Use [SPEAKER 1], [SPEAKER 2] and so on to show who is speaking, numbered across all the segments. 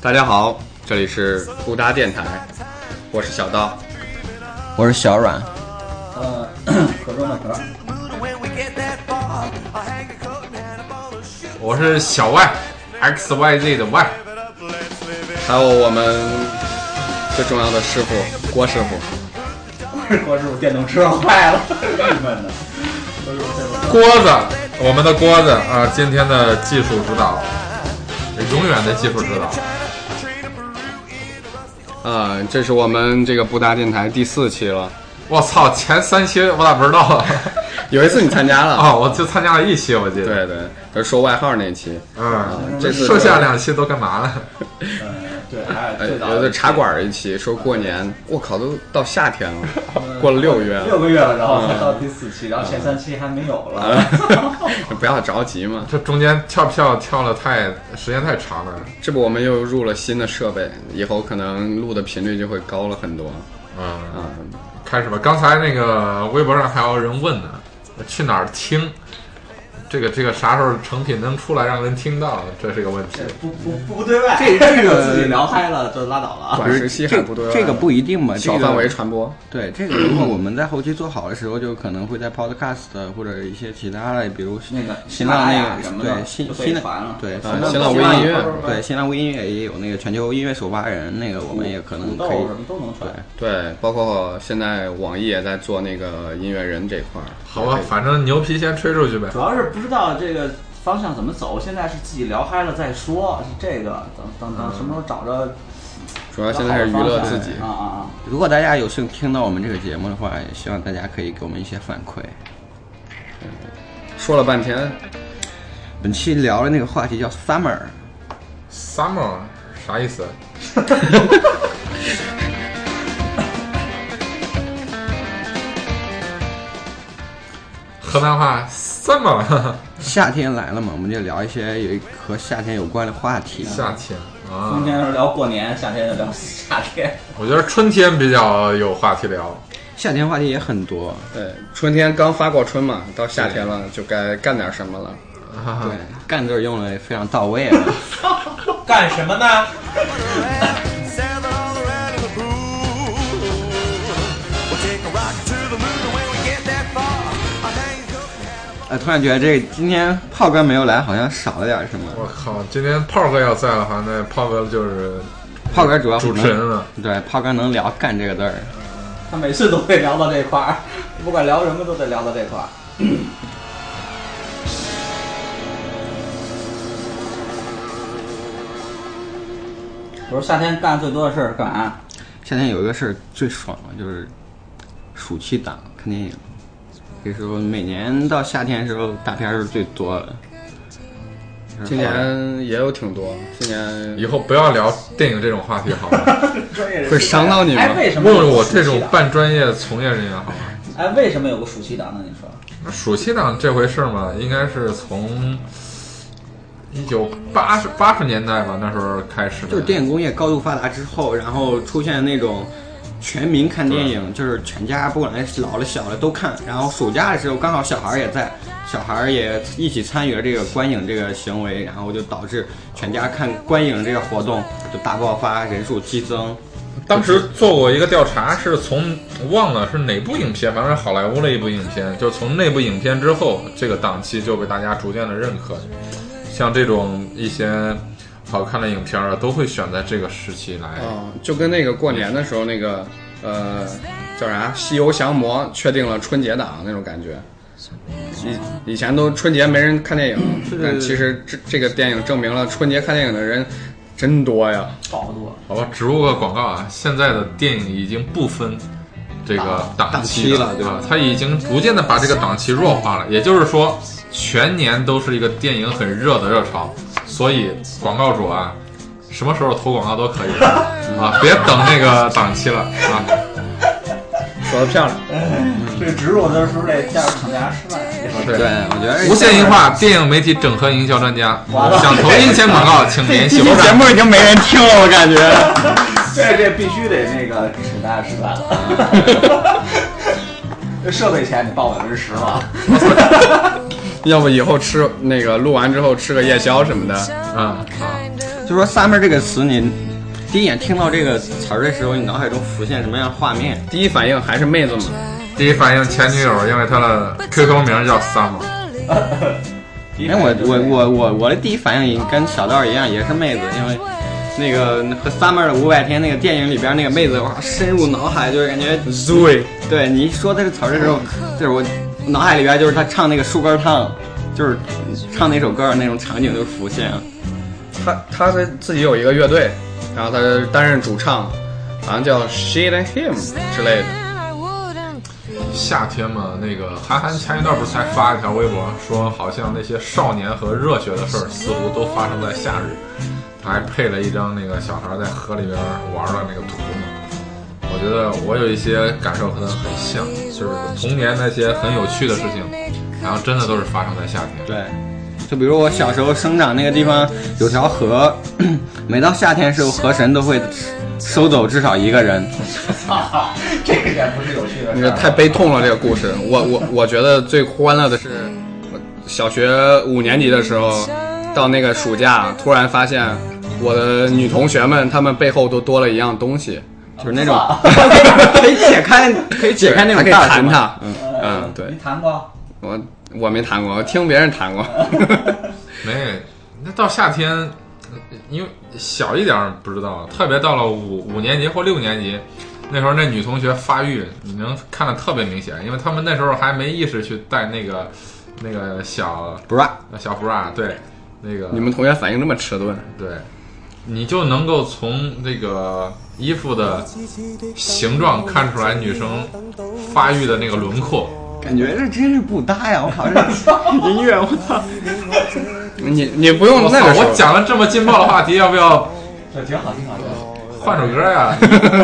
[SPEAKER 1] 大家好，这里是布达电台，我是小刀。
[SPEAKER 2] 我是小阮，
[SPEAKER 3] 呃， 可中的壳，
[SPEAKER 4] 我是小 Y X Y Z 的 Y，
[SPEAKER 1] 还有我们最重要的师傅郭师傅，
[SPEAKER 3] 我是电动车坏了，郁闷的。我是电动车
[SPEAKER 4] 锅子，我们的锅子啊、今天的技术指导，永远的技术指导。
[SPEAKER 1] 啊，这是我们这个布达电台第四期了。
[SPEAKER 4] 我操，前三期我咋不知道啊？
[SPEAKER 1] 有一次你参加了，
[SPEAKER 4] 啊，我就参加了一期，我记得。，
[SPEAKER 1] 对对，就是说外号那期，啊
[SPEAKER 4] 嗯，
[SPEAKER 1] 这次
[SPEAKER 4] 剩下两期都干嘛了？
[SPEAKER 3] 呃，对，还有
[SPEAKER 1] 哎，
[SPEAKER 3] 最早
[SPEAKER 1] 有的茶馆儿一期说过年，我靠，都到夏天 了，过了六月了，
[SPEAKER 3] 六个月了，然后才到第四期，然后前三期还没有了。
[SPEAKER 1] 不要着急嘛。
[SPEAKER 4] 这中间跳票跳了太时间太长了。
[SPEAKER 1] 这不我们又入了新的设备，以后可能录的频率就会高了很多。
[SPEAKER 4] 嗯，
[SPEAKER 1] 啊、
[SPEAKER 4] 开始吧。刚才那个微博上还有人问呢，去哪儿听？这个这个啥时候成品能出来让人听到？这是个问题
[SPEAKER 3] 这。不不不不对外，
[SPEAKER 2] 这这个
[SPEAKER 3] 自己聊嗨了就拉倒了啊。
[SPEAKER 1] 短时期还不对外
[SPEAKER 2] 这个不一定嘛，这
[SPEAKER 1] 小
[SPEAKER 2] 个
[SPEAKER 1] 范围传播，
[SPEAKER 2] 对这个，如果我们在后期做好的时候，就可能会在 Podcast 或者一些其他的，比如
[SPEAKER 3] 那个喜
[SPEAKER 2] 新浪
[SPEAKER 3] 马拉雅
[SPEAKER 2] 那
[SPEAKER 3] 什
[SPEAKER 2] 个
[SPEAKER 3] 么的
[SPEAKER 2] 对新
[SPEAKER 3] 就可以
[SPEAKER 2] 新浪
[SPEAKER 3] 传了嗯
[SPEAKER 2] 对
[SPEAKER 1] 啊
[SPEAKER 2] 新
[SPEAKER 1] 新
[SPEAKER 2] 浪
[SPEAKER 1] 浪微音乐，
[SPEAKER 2] 对新浪微音乐也有那个全球音乐首发人，那个我们也可能
[SPEAKER 3] 嗯土豆
[SPEAKER 2] 可以
[SPEAKER 3] 什么都能传。
[SPEAKER 1] 对，包括现在网易也在做那个音乐人这块儿。
[SPEAKER 4] 好吧，反正牛皮先吹出去呗
[SPEAKER 3] 主。要是不知道这个方向怎么走，现在是自己聊嗨了再说，是这个。等等等，
[SPEAKER 2] 嗯
[SPEAKER 3] 什么时候找着？
[SPEAKER 1] 主要现在是娱乐自己
[SPEAKER 3] 啊。啊啊！
[SPEAKER 2] 如果大家有幸听到我们这个节目的话，也希望大家可以给我们一些反馈。
[SPEAKER 1] 说了半天，
[SPEAKER 2] 本期聊的那个话题叫 summer，
[SPEAKER 4] Summer 啥意思？河南话 summer
[SPEAKER 2] 夏天来了嘛，我们就聊一些有一和夏天有关的话题。
[SPEAKER 4] 夏天啊
[SPEAKER 3] 冬，天是聊过年，夏天就聊 夏天。
[SPEAKER 4] 我觉得春天比较有话题聊。
[SPEAKER 2] 夏天话题也很多，
[SPEAKER 1] 对，春天刚发过春嘛，到夏天了就该干点什么了。啊
[SPEAKER 2] 对，干字儿用的非常到位 啊。
[SPEAKER 3] 干什么呢？
[SPEAKER 2] 哎，突然觉得这今天炮哥没有来，好像少了点什么。
[SPEAKER 4] 我靠，今天炮哥要在的话，那炮哥就是
[SPEAKER 2] 炮哥主要
[SPEAKER 4] 主持人啊了。
[SPEAKER 2] 对，炮哥能聊“干”这个字儿。
[SPEAKER 3] 他每次都会聊到这块儿，不管聊什么都得聊到这块儿。我说夏天干最多的事儿干啥？
[SPEAKER 2] 夏天有一个事儿最爽了，就是暑期档看电影。这时候每年到夏天的时候，大片儿是最多的。
[SPEAKER 1] 今年也有挺多，今年
[SPEAKER 4] 以后不要聊电影这种话题好吗？
[SPEAKER 3] 专业人士
[SPEAKER 1] 会伤到你吗
[SPEAKER 3] 哎，为 什
[SPEAKER 4] 问
[SPEAKER 3] 么有
[SPEAKER 4] 问
[SPEAKER 3] 个
[SPEAKER 4] 我
[SPEAKER 3] 暑期
[SPEAKER 4] 这种
[SPEAKER 3] 档
[SPEAKER 4] 半专业从业人员好吗？
[SPEAKER 3] 哎，为什么有个暑期档呢？你说
[SPEAKER 4] 那啊暑期档这回事儿嘛，应该是从一九八十八十年代吧，那时候开始的。
[SPEAKER 2] 就是电影工业高度发达之后，然后出现那种全民看电影，就是全家不管是老的小的都看。然后暑假的时候刚好小孩儿也在，小孩儿也一起参与了这个观影这个行为，然后就导致全家看观影这个活动就大爆发，人数激增。
[SPEAKER 4] 当时做过一个调查，是从忘了是哪部影片，反正是好莱坞的一部影片，就是从那部影片之后，这个档期就被大家逐渐的认可。像这种一些好看的影片儿啊，都会选在这个时期来。
[SPEAKER 1] 啊，就跟那个过年的时候那个呃叫啥《西游降魔》确定了春节档那种感觉。以以前都春节没人看电影，但其实这这个电影证明了春节看电影的人真多呀。
[SPEAKER 3] 好多
[SPEAKER 4] 好吧，植入个广告啊！现在的电影已经不分这个档期
[SPEAKER 2] 档期了对吧
[SPEAKER 4] 啊它已经逐渐的把这个档期弱化了。也就是说，全年都是一个电影很热的热潮，所以广告主啊，什么时候投广告都可以啊，别等那个档期了啊。
[SPEAKER 1] 说的漂 亮，
[SPEAKER 3] 这植入的时候得加入厂家吃饭。
[SPEAKER 2] 对，我觉得
[SPEAKER 4] 无限银化电影媒体整合营销专家
[SPEAKER 3] 完了，
[SPEAKER 4] 想投印钱广告，请 联系
[SPEAKER 2] 这
[SPEAKER 4] 我
[SPEAKER 2] 期节
[SPEAKER 4] 们。
[SPEAKER 2] 目已经没人听了，我感觉。
[SPEAKER 3] 这这必须得那个请大家吃 饭了。这设备钱你报百分之十吧。
[SPEAKER 1] 要不以后吃那个录完之后吃个夜宵什么的，
[SPEAKER 4] 啊，
[SPEAKER 2] 就说 summer 这个词，你第一眼听到这个词儿的时候，你脑海中浮现什么样的画面？
[SPEAKER 1] 第一反应还是妹子嘛。
[SPEAKER 4] 第一反应前女友，因为她的 QQ 名叫 Summer，
[SPEAKER 1] 哎
[SPEAKER 2] 因为我我我我我的第一反应跟小道一样，也是妹子，因为那个和 summer 的五百天那个电影里边那个妹子，哇，深入脑海，就是感觉
[SPEAKER 1] Zoe，
[SPEAKER 2] 对你一说这个词儿的时候，就是我脑海里边就是他唱那个树根儿烫，就是唱那首歌儿那种场景就浮现了。
[SPEAKER 1] 她她的自己有一个乐队，然后她担任主唱，好像叫 She and Him 之类的。
[SPEAKER 4] 夏天嘛，那个韩寒前一段不是才发一条微博，说好像那些少年和热血的事儿似乎都发生在夏日，他还配了一张那个小孩在河里边玩的那个图嘛。我觉得我有一些感受和他很像，就是童年那些很有趣的事情，然后真的都是发生在夏天。
[SPEAKER 2] 对，就比如我小时候生长那个地方有条河，每到夏天时候，河神都会收走至少一个人。
[SPEAKER 3] 这个也不是有趣的
[SPEAKER 1] 那个太悲痛了，这个故事。我我我觉得最欢乐的是，我小学五年级的时候，到那个暑假，突然发现我的女同学们，她们背后都多了一样东西，
[SPEAKER 2] 就是那种可以解开，可以解开那
[SPEAKER 1] 还
[SPEAKER 2] 种
[SPEAKER 1] 可以
[SPEAKER 2] 大
[SPEAKER 1] 弹它。嗯
[SPEAKER 3] 呃
[SPEAKER 1] 嗯，对
[SPEAKER 3] 你谈过？
[SPEAKER 1] 我我没弹过，我听别人弹过。
[SPEAKER 4] 没，那到夏天，呃因为小一点儿不知道，特别到了五五年级或六年级，那时候那女同学发育，你能看得特别明显，因为他们那时候还没意识去戴那个那个小呃
[SPEAKER 2] bra。
[SPEAKER 4] 小 bra，对，那个
[SPEAKER 1] 啊你们同学反应这么迟钝，
[SPEAKER 4] 对，你就能够从这个衣服的形状看出来女生发育的那个轮廓。
[SPEAKER 2] 感觉这真是不搭 呀！我靠，这音乐，我操！
[SPEAKER 1] 你你不用
[SPEAKER 4] 我
[SPEAKER 1] 哦那
[SPEAKER 4] 操！
[SPEAKER 1] 个时候
[SPEAKER 4] 我讲了这么劲爆的话题，要不要
[SPEAKER 3] 这挺好，挺好，挺好。
[SPEAKER 4] 换首 歌呀？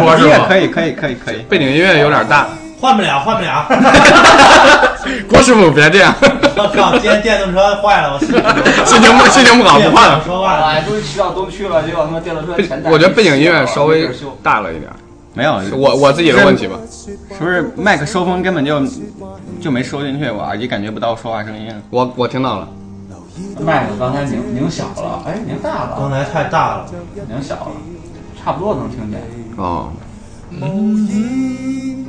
[SPEAKER 4] 我
[SPEAKER 2] 音
[SPEAKER 4] 是
[SPEAKER 2] 乐
[SPEAKER 4] 吗？
[SPEAKER 2] 可以，可以，可以，可以。
[SPEAKER 1] 背景音乐有点大，
[SPEAKER 5] 换不了，换不了。
[SPEAKER 1] 郭师傅别这样，
[SPEAKER 5] 我靠，今天电动车坏了，我心情
[SPEAKER 1] 心情不心情不好不换了。
[SPEAKER 5] 说话 了。
[SPEAKER 3] 哎，终于骑到东区了，结果他妈电动车全带。
[SPEAKER 1] 我觉得背景音乐稍微
[SPEAKER 3] 没地儿修
[SPEAKER 1] 大了一点，
[SPEAKER 2] 没有，
[SPEAKER 1] 是我我自己的问题吧。
[SPEAKER 2] 是不是麦克收风根本就就没收进去，我耳机感觉不到说话声音。啊
[SPEAKER 1] 我我听到了，
[SPEAKER 3] 麦克刚才拧拧小了，哎，拧大
[SPEAKER 5] 刚
[SPEAKER 3] 了，
[SPEAKER 5] 才太大了，
[SPEAKER 3] 拧小了，差不多能听见。
[SPEAKER 1] 哦，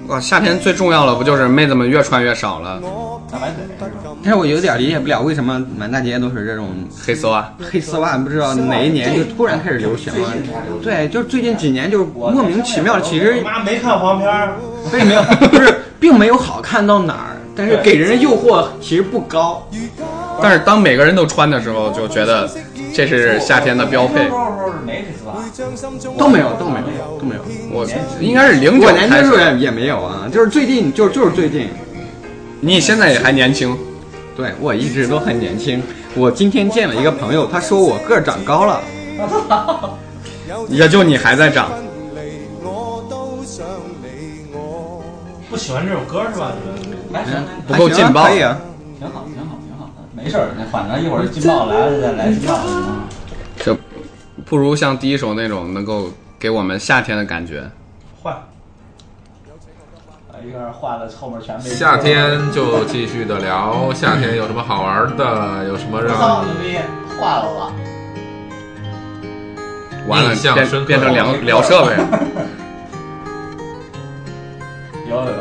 [SPEAKER 1] 哇，夏天最重要的不就是妹子们越穿越少了，
[SPEAKER 3] 大白腿是吧？
[SPEAKER 2] 但是我有点理解不了，为什么满大街都是这种
[SPEAKER 1] 黑丝袜、
[SPEAKER 2] 黑丝袜，不知道哪一年就突然开始流行了
[SPEAKER 3] 最近才流。行
[SPEAKER 2] 对，就是最近几年，就是莫名其妙，其
[SPEAKER 5] 你
[SPEAKER 2] 实
[SPEAKER 5] 妈没看黄片儿，
[SPEAKER 2] 并没有，不是，并没有好看到哪儿，但是给人的诱惑其实不高。
[SPEAKER 1] 但是当每个人都穿的时候，就觉得这是夏天的标配
[SPEAKER 3] 那时。候是没丝袜，
[SPEAKER 2] 都没有，都没有，都没有。
[SPEAKER 1] 我应该是零
[SPEAKER 2] 我
[SPEAKER 1] 九
[SPEAKER 2] 年
[SPEAKER 1] 开
[SPEAKER 2] 轻时候
[SPEAKER 1] 始，
[SPEAKER 2] 也也没有啊，就是最近，就是就是最近。
[SPEAKER 1] 你现在也还年轻，
[SPEAKER 2] 对我一直都很年轻。我今天见了一个朋友，他说我个儿长高了。
[SPEAKER 1] 也就你还在长。
[SPEAKER 5] 不喜欢这首歌是吧？你们
[SPEAKER 3] 来，行，
[SPEAKER 1] 不够劲爆
[SPEAKER 2] 还行啊可以啊。
[SPEAKER 3] 挺好，挺好，挺好的，没事儿，那反正一会儿劲爆来了再来劲爆。
[SPEAKER 1] 这不如像第一首那种能够给我们夏天的感觉。
[SPEAKER 5] 换
[SPEAKER 3] 哎一会儿画的后面全被
[SPEAKER 4] 夏天就继续的聊，夏天有什么好玩的，有什么
[SPEAKER 5] 操
[SPEAKER 4] 让
[SPEAKER 5] 你逼！
[SPEAKER 3] 画了吧？
[SPEAKER 1] 完了
[SPEAKER 4] 印，象深
[SPEAKER 1] 变
[SPEAKER 4] 刻哦
[SPEAKER 1] 变成聊聊设 备了。
[SPEAKER 3] 有有有，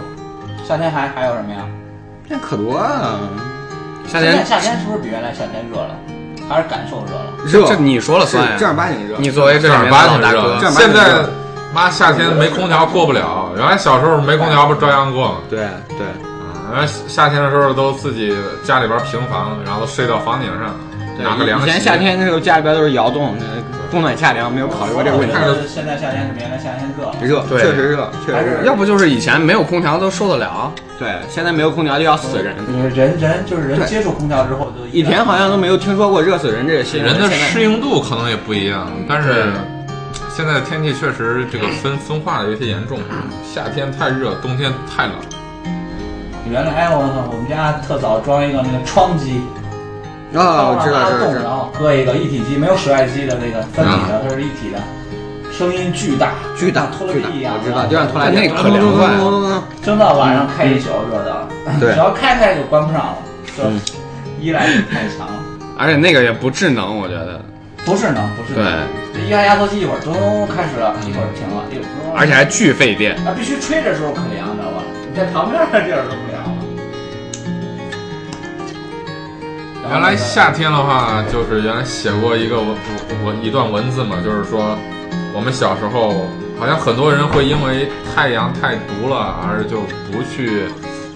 [SPEAKER 3] 夏天还还有什么呀？
[SPEAKER 2] 那可多啊，
[SPEAKER 1] 夏
[SPEAKER 3] 现在
[SPEAKER 1] 天
[SPEAKER 3] 夏天是不是比原来夏天热了？还是感受热了？
[SPEAKER 2] 热
[SPEAKER 1] 这你说了
[SPEAKER 2] 是
[SPEAKER 1] 算呀。
[SPEAKER 2] 正儿八经热。
[SPEAKER 1] 你作为这
[SPEAKER 4] 正
[SPEAKER 1] 里面
[SPEAKER 4] 儿
[SPEAKER 1] 的
[SPEAKER 4] 八
[SPEAKER 1] 老
[SPEAKER 4] 经
[SPEAKER 1] 大
[SPEAKER 4] 热啊
[SPEAKER 1] 哥
[SPEAKER 2] 正，儿八经
[SPEAKER 4] 现
[SPEAKER 2] 热
[SPEAKER 4] 在妈夏天没空调过不了，原来小时候没空调不照样过，
[SPEAKER 2] 对对，
[SPEAKER 4] 啊，原来夏天的时候都自己家里边平房，然后睡到房顶上，
[SPEAKER 2] 对
[SPEAKER 4] 拿个
[SPEAKER 2] 以
[SPEAKER 4] 凉
[SPEAKER 2] 以前
[SPEAKER 4] 席，
[SPEAKER 2] 夏天的时候家里边都是窑洞，那冬暖夏凉，没有考虑过这个问题
[SPEAKER 3] 我。觉得现在夏天是比原来夏天热。
[SPEAKER 2] 热，
[SPEAKER 1] 对
[SPEAKER 2] 确实热，确
[SPEAKER 3] 还
[SPEAKER 2] 实
[SPEAKER 3] 是
[SPEAKER 2] 热。
[SPEAKER 1] 要不就是以前没有空调都受得了。
[SPEAKER 2] 对，现在没有空调就要死人。
[SPEAKER 3] 你说人人就是人接触空调之后就
[SPEAKER 2] 以前好像都没有听说过热死人这个新闻。
[SPEAKER 4] 人的
[SPEAKER 2] 现在
[SPEAKER 4] 适应度可能也不一样，但
[SPEAKER 1] 对
[SPEAKER 4] 是现在天气确实这个分分化的有些严重，夏天太热，冬天太冷，
[SPEAKER 3] 原来哎我操，我们家特早装一个那个窗机，
[SPEAKER 2] 啊，我知道，知道，知
[SPEAKER 3] 然
[SPEAKER 2] 道，
[SPEAKER 3] 后搁一个一体机，没有室外机的那个分体的，它是一体的，声音巨大，
[SPEAKER 2] 巨大，
[SPEAKER 3] 拖拉
[SPEAKER 2] 巨大，
[SPEAKER 3] 机一样，
[SPEAKER 2] 啊我知道，就像拖拉机，
[SPEAKER 1] 那可凉快
[SPEAKER 3] 嗯
[SPEAKER 1] 了
[SPEAKER 2] 了。
[SPEAKER 3] 真的晚上开一宿，热的，
[SPEAKER 2] 嗯对嗯
[SPEAKER 3] 只要开开就关不上了，就依赖性太强，
[SPEAKER 1] 而且那个也不智能，我觉得。
[SPEAKER 3] 不是呢，
[SPEAKER 4] 嗯
[SPEAKER 3] 不是呢，这一按压缩机一会儿咚开始了，一会儿停了，一会儿咚，
[SPEAKER 1] 而且还巨费电。
[SPEAKER 3] 啊必须吹着时候可凉，你知道吧？你在旁边的地儿都不凉了。然后
[SPEAKER 4] 原
[SPEAKER 3] 那
[SPEAKER 4] 来
[SPEAKER 3] 个
[SPEAKER 4] 夏天的话，就是原来写过一个文我我一段文字嘛，就是说我们小时候好像很多人会因为太阳太毒了，而就不去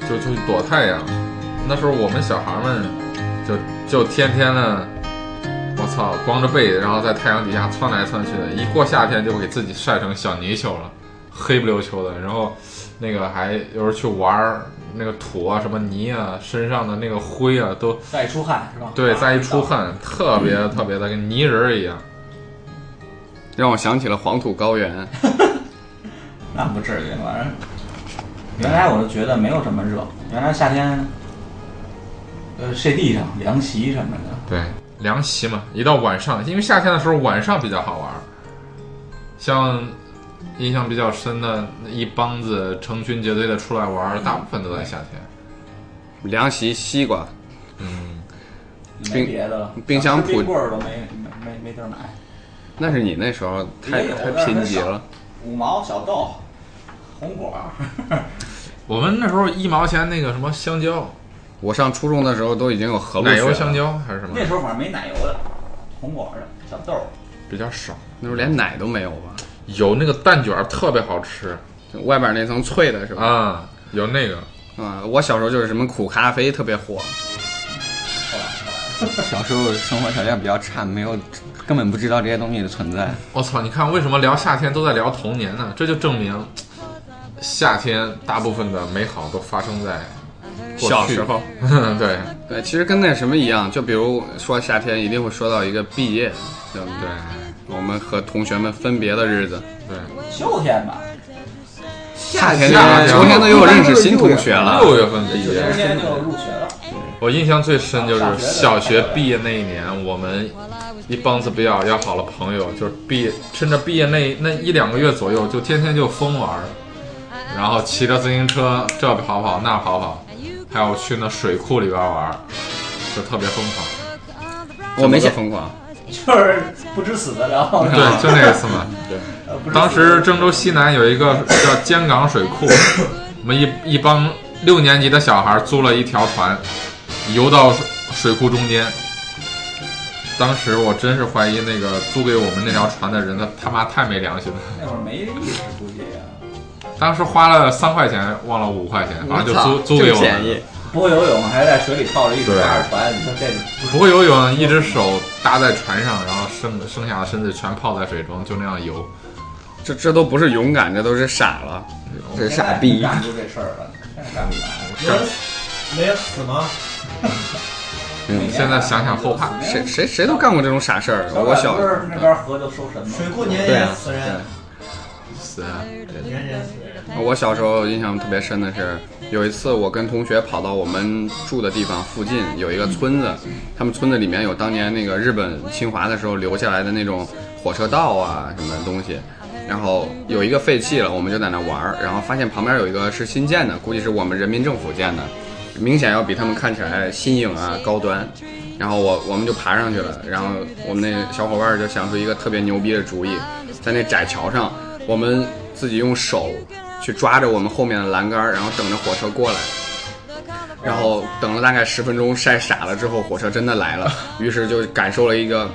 [SPEAKER 4] 就就去躲太阳。那时候我们小孩们就就天天的，我操，光着背，然后在太阳底下窜来窜去的，一过夏天就给自己晒成小泥鳅了，黑不溜秋的。然后那个还有时候去玩儿那个土啊、什么泥啊、身上的那个灰啊都。
[SPEAKER 5] 再一出汗是吧？
[SPEAKER 4] 对，
[SPEAKER 3] 啊
[SPEAKER 4] 再一出汗，特别特别的跟泥人儿一样。
[SPEAKER 1] 让我想起了黄土高原。
[SPEAKER 3] 那不至于，反正原来我就觉得没有这么热，原来夏天，呃，睡地上凉席什么的，
[SPEAKER 4] 对，凉席嘛，一到晚上，因为夏天的时候晚上比较好玩儿。像印象比较深的一帮子成群结队的出来玩儿，大部分都在夏天。
[SPEAKER 1] 凉席、西瓜，
[SPEAKER 3] 没
[SPEAKER 1] 冰
[SPEAKER 3] 别的了，
[SPEAKER 1] 冰箱
[SPEAKER 3] 想吃
[SPEAKER 1] 普
[SPEAKER 3] 冰棍儿都没没没没地儿买，
[SPEAKER 1] 那是你那时候太
[SPEAKER 3] 也有
[SPEAKER 1] 太
[SPEAKER 3] 但是
[SPEAKER 1] 贫
[SPEAKER 3] 很
[SPEAKER 1] 瘠
[SPEAKER 3] 少
[SPEAKER 1] 了。
[SPEAKER 3] 五毛小豆，红果儿，
[SPEAKER 4] 我们那时候一毛钱那个什么香蕉，
[SPEAKER 1] 我上初中的时候都已经有河路
[SPEAKER 4] 奶
[SPEAKER 1] 雪
[SPEAKER 4] 油
[SPEAKER 1] 了，
[SPEAKER 4] 香蕉还是什么
[SPEAKER 3] 那，时候反正没奶油的，红果儿的小豆儿，
[SPEAKER 4] 比较少。
[SPEAKER 1] 那时候连奶都没有吧？
[SPEAKER 4] 有那个蛋卷儿特别好吃
[SPEAKER 1] 就外边那层脆的是吧？
[SPEAKER 4] 啊，有那个
[SPEAKER 1] 啊，我小时候就是什么苦咖啡特别火，
[SPEAKER 2] 小时候生活条件比较差，没有根本不知道这些东西的存在。
[SPEAKER 4] 我操！你看，为什么聊夏天都在聊童年呢？这就证明，夏天大部分的美好都发生在过去
[SPEAKER 1] 小时候。。
[SPEAKER 4] 对
[SPEAKER 1] 对，其实跟那什么一样，就比如说夏天一定会说到一个毕业，对不 对？
[SPEAKER 4] 对
[SPEAKER 1] 我们和同学们分别的日子，
[SPEAKER 4] 对，
[SPEAKER 3] 秋天吧，
[SPEAKER 2] 夏啊
[SPEAKER 1] 天
[SPEAKER 4] 夏
[SPEAKER 1] 秋天都又认识新同学了。
[SPEAKER 4] 六月份毕
[SPEAKER 3] 秋
[SPEAKER 1] 啊
[SPEAKER 4] 业，
[SPEAKER 3] 天就入学了，
[SPEAKER 4] 我印象最深就是小学毕业那一年，我们一帮子比较要好的朋友，就是毕趁着毕业那那一两个月左右，就天天就疯玩儿，然后骑着自行车这跑跑那跑跑，还有去那水库里边玩儿，就特别疯狂。
[SPEAKER 1] 我
[SPEAKER 2] 没
[SPEAKER 1] 没
[SPEAKER 2] 想
[SPEAKER 1] 疯狂，
[SPEAKER 3] 就是不知死的，然后呢
[SPEAKER 4] 对，就那一次嘛。
[SPEAKER 3] 呃不知死
[SPEAKER 4] 当时郑州西南有一个叫尖港水 库，我们一一帮六年级的小孩租了一条船，游到水水库中间。当时我真是怀疑那个租给我们那条船的人，他他妈太没良心了。
[SPEAKER 3] 那会儿没意识，估计啊
[SPEAKER 4] 当时花了三块钱，忘了五块钱，反啊正就租租给
[SPEAKER 1] 真
[SPEAKER 4] 我
[SPEAKER 1] 便
[SPEAKER 4] 们。
[SPEAKER 1] 宜。
[SPEAKER 3] 不会游泳，还在水里泡着一手
[SPEAKER 4] 对
[SPEAKER 3] 拉着船，你说这个
[SPEAKER 4] 不会游泳，一只手搭在船上，然后剩剩下的身子全泡在水中，就那样游。
[SPEAKER 1] 这这都不是勇敢，这都是傻了。
[SPEAKER 2] 这
[SPEAKER 3] 现在
[SPEAKER 2] 傻逼！
[SPEAKER 3] 干不出这事儿了，现在干不 来。
[SPEAKER 5] 有人没人死吗？
[SPEAKER 4] 嗯现在想想后
[SPEAKER 2] 嗯
[SPEAKER 4] 怕。
[SPEAKER 1] 谁谁谁都干过这种傻事儿。
[SPEAKER 3] 小
[SPEAKER 1] 我小
[SPEAKER 3] 不是那边河就收神吗？
[SPEAKER 5] 水库年
[SPEAKER 1] 对
[SPEAKER 5] 年
[SPEAKER 1] 啊
[SPEAKER 5] 死人，
[SPEAKER 4] 死啊！
[SPEAKER 5] 年年死人。
[SPEAKER 1] 我小时候印象特别深的是，有一次我跟同学跑到我们住的地方附近有一个村子，他们村子里面有当年那个日本侵华的时候留下来的那种火车道啊什么的东西，然后有一个废弃了，我们就在那玩儿，然后发现旁边有一个是新建的，估计是我们人民政府建的，明显要比他们看起来新颖啊高端。然后我我们就爬上去了，然后我们那小伙伴儿就想出一个特别牛逼的主意，在那窄桥上，我们自己用手去抓着我们后面的栏杆儿，然后等着火车过来。然后等了大概十分钟，晒傻了之后，火车真的来了，于是就感受了一个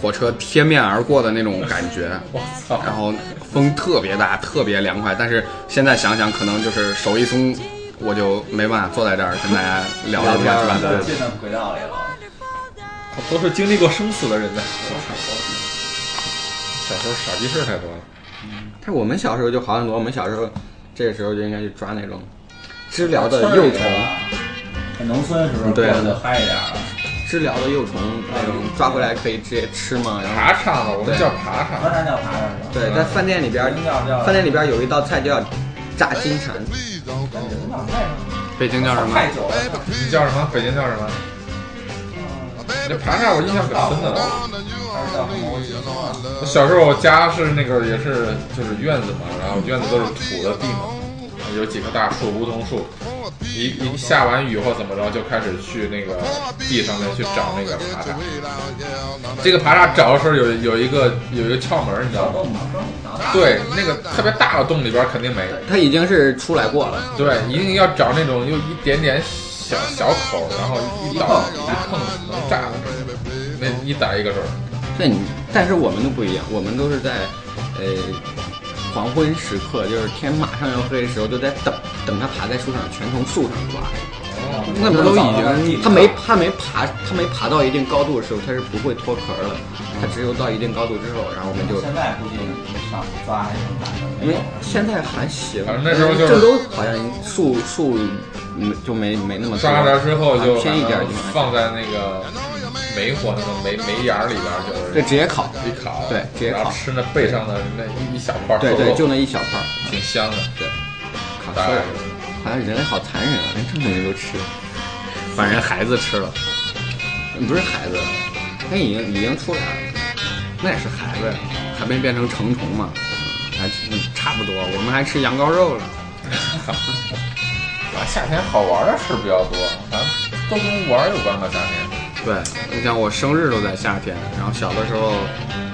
[SPEAKER 1] 火车贴面而过的那种感觉。
[SPEAKER 4] 我操！
[SPEAKER 1] 然后风特别大，特别凉快。但是现在想想，可能就是手一松，我就没办法坐在这儿跟大家聊聊天了。
[SPEAKER 3] 就进到轨道里了。
[SPEAKER 4] 都是经历过生死的人呢。小时候傻逼事儿太多了。
[SPEAKER 2] 但我们小时候就好很多，我们小时候这个时候就应该去抓那种知了的幼虫，
[SPEAKER 3] 在农村是不是
[SPEAKER 2] 对
[SPEAKER 3] 过得就嗨一点儿啊了？
[SPEAKER 2] 知了的幼虫那种抓回来可以直接吃嘛。然后
[SPEAKER 4] 爬叉嘛，我们叫爬
[SPEAKER 3] 河
[SPEAKER 4] 叉。
[SPEAKER 3] 南叫啥来着？
[SPEAKER 2] 对，在饭店里边，饭店里边有一道菜叫炸金蝉，
[SPEAKER 3] 哦
[SPEAKER 1] 北京叫
[SPEAKER 2] 嗯
[SPEAKER 1] 什么？
[SPEAKER 3] 太久了，
[SPEAKER 4] 你叫什么？北京叫什么？这爬叉我印象很深的。
[SPEAKER 3] 还是叫什么？我记不清了
[SPEAKER 4] 我小时候我家是那个也是就是院子嘛，然后院子都是土的地嘛，有几棵大树，梧桐树，一一下完雨后怎么着就开始去那个地上面去找那个爬蚱。这个爬蚱找的时候有有一个有一个窍门，你知道吗？
[SPEAKER 3] 动嘛，说你找到
[SPEAKER 4] 对，那个特别大的洞里边肯定没，
[SPEAKER 2] 它已经是出来过了，
[SPEAKER 4] 对，一定要找那种有一点点小小口，然后一倒一碰能炸的，那一逮一个准儿。
[SPEAKER 2] 那你但是我们都不一样，我们都是在呃黄昏时刻，就是天马上要黑的时候，都在等等它爬在树上，全从树上抓。那不都已经，它没它没爬，它没爬到一定高度的时候，它是不会脱壳儿的。它只有到一定高度之后，然后我们就
[SPEAKER 3] 现在估计上抓还挺难的，
[SPEAKER 2] 因为现在还行呃
[SPEAKER 4] 反正，那时候就是
[SPEAKER 2] 郑州好像树树嗯就没没那么多
[SPEAKER 4] 抓着之后就
[SPEAKER 2] 啊偏一点就
[SPEAKER 4] 放在那个煤火那个煤煤眼儿里边儿，就是
[SPEAKER 2] 对直接烤，
[SPEAKER 4] 一烤，
[SPEAKER 2] 对直接烤
[SPEAKER 4] 然后吃那背上的那一一小块儿
[SPEAKER 2] 对
[SPEAKER 4] 瘦
[SPEAKER 2] 对，
[SPEAKER 4] 肉
[SPEAKER 2] 就那一小块儿
[SPEAKER 4] 挺香的。
[SPEAKER 2] 对，烤
[SPEAKER 4] 大
[SPEAKER 2] 熟
[SPEAKER 4] 概
[SPEAKER 2] 了。
[SPEAKER 1] 哎
[SPEAKER 2] 好像人类好残忍啊，连正常人都吃，
[SPEAKER 1] 把人孩子吃了，嗯
[SPEAKER 2] 不是孩子，他已经已经出来了，
[SPEAKER 1] 那也是孩子，还没变成成虫嘛，嗯还嗯差不多。我们还吃羊羔肉了，
[SPEAKER 4] 啊，夏天好玩的事比较多，反正都跟玩儿有关吧。夏天
[SPEAKER 1] 对，你想我生日都在夏天，然后小的时候，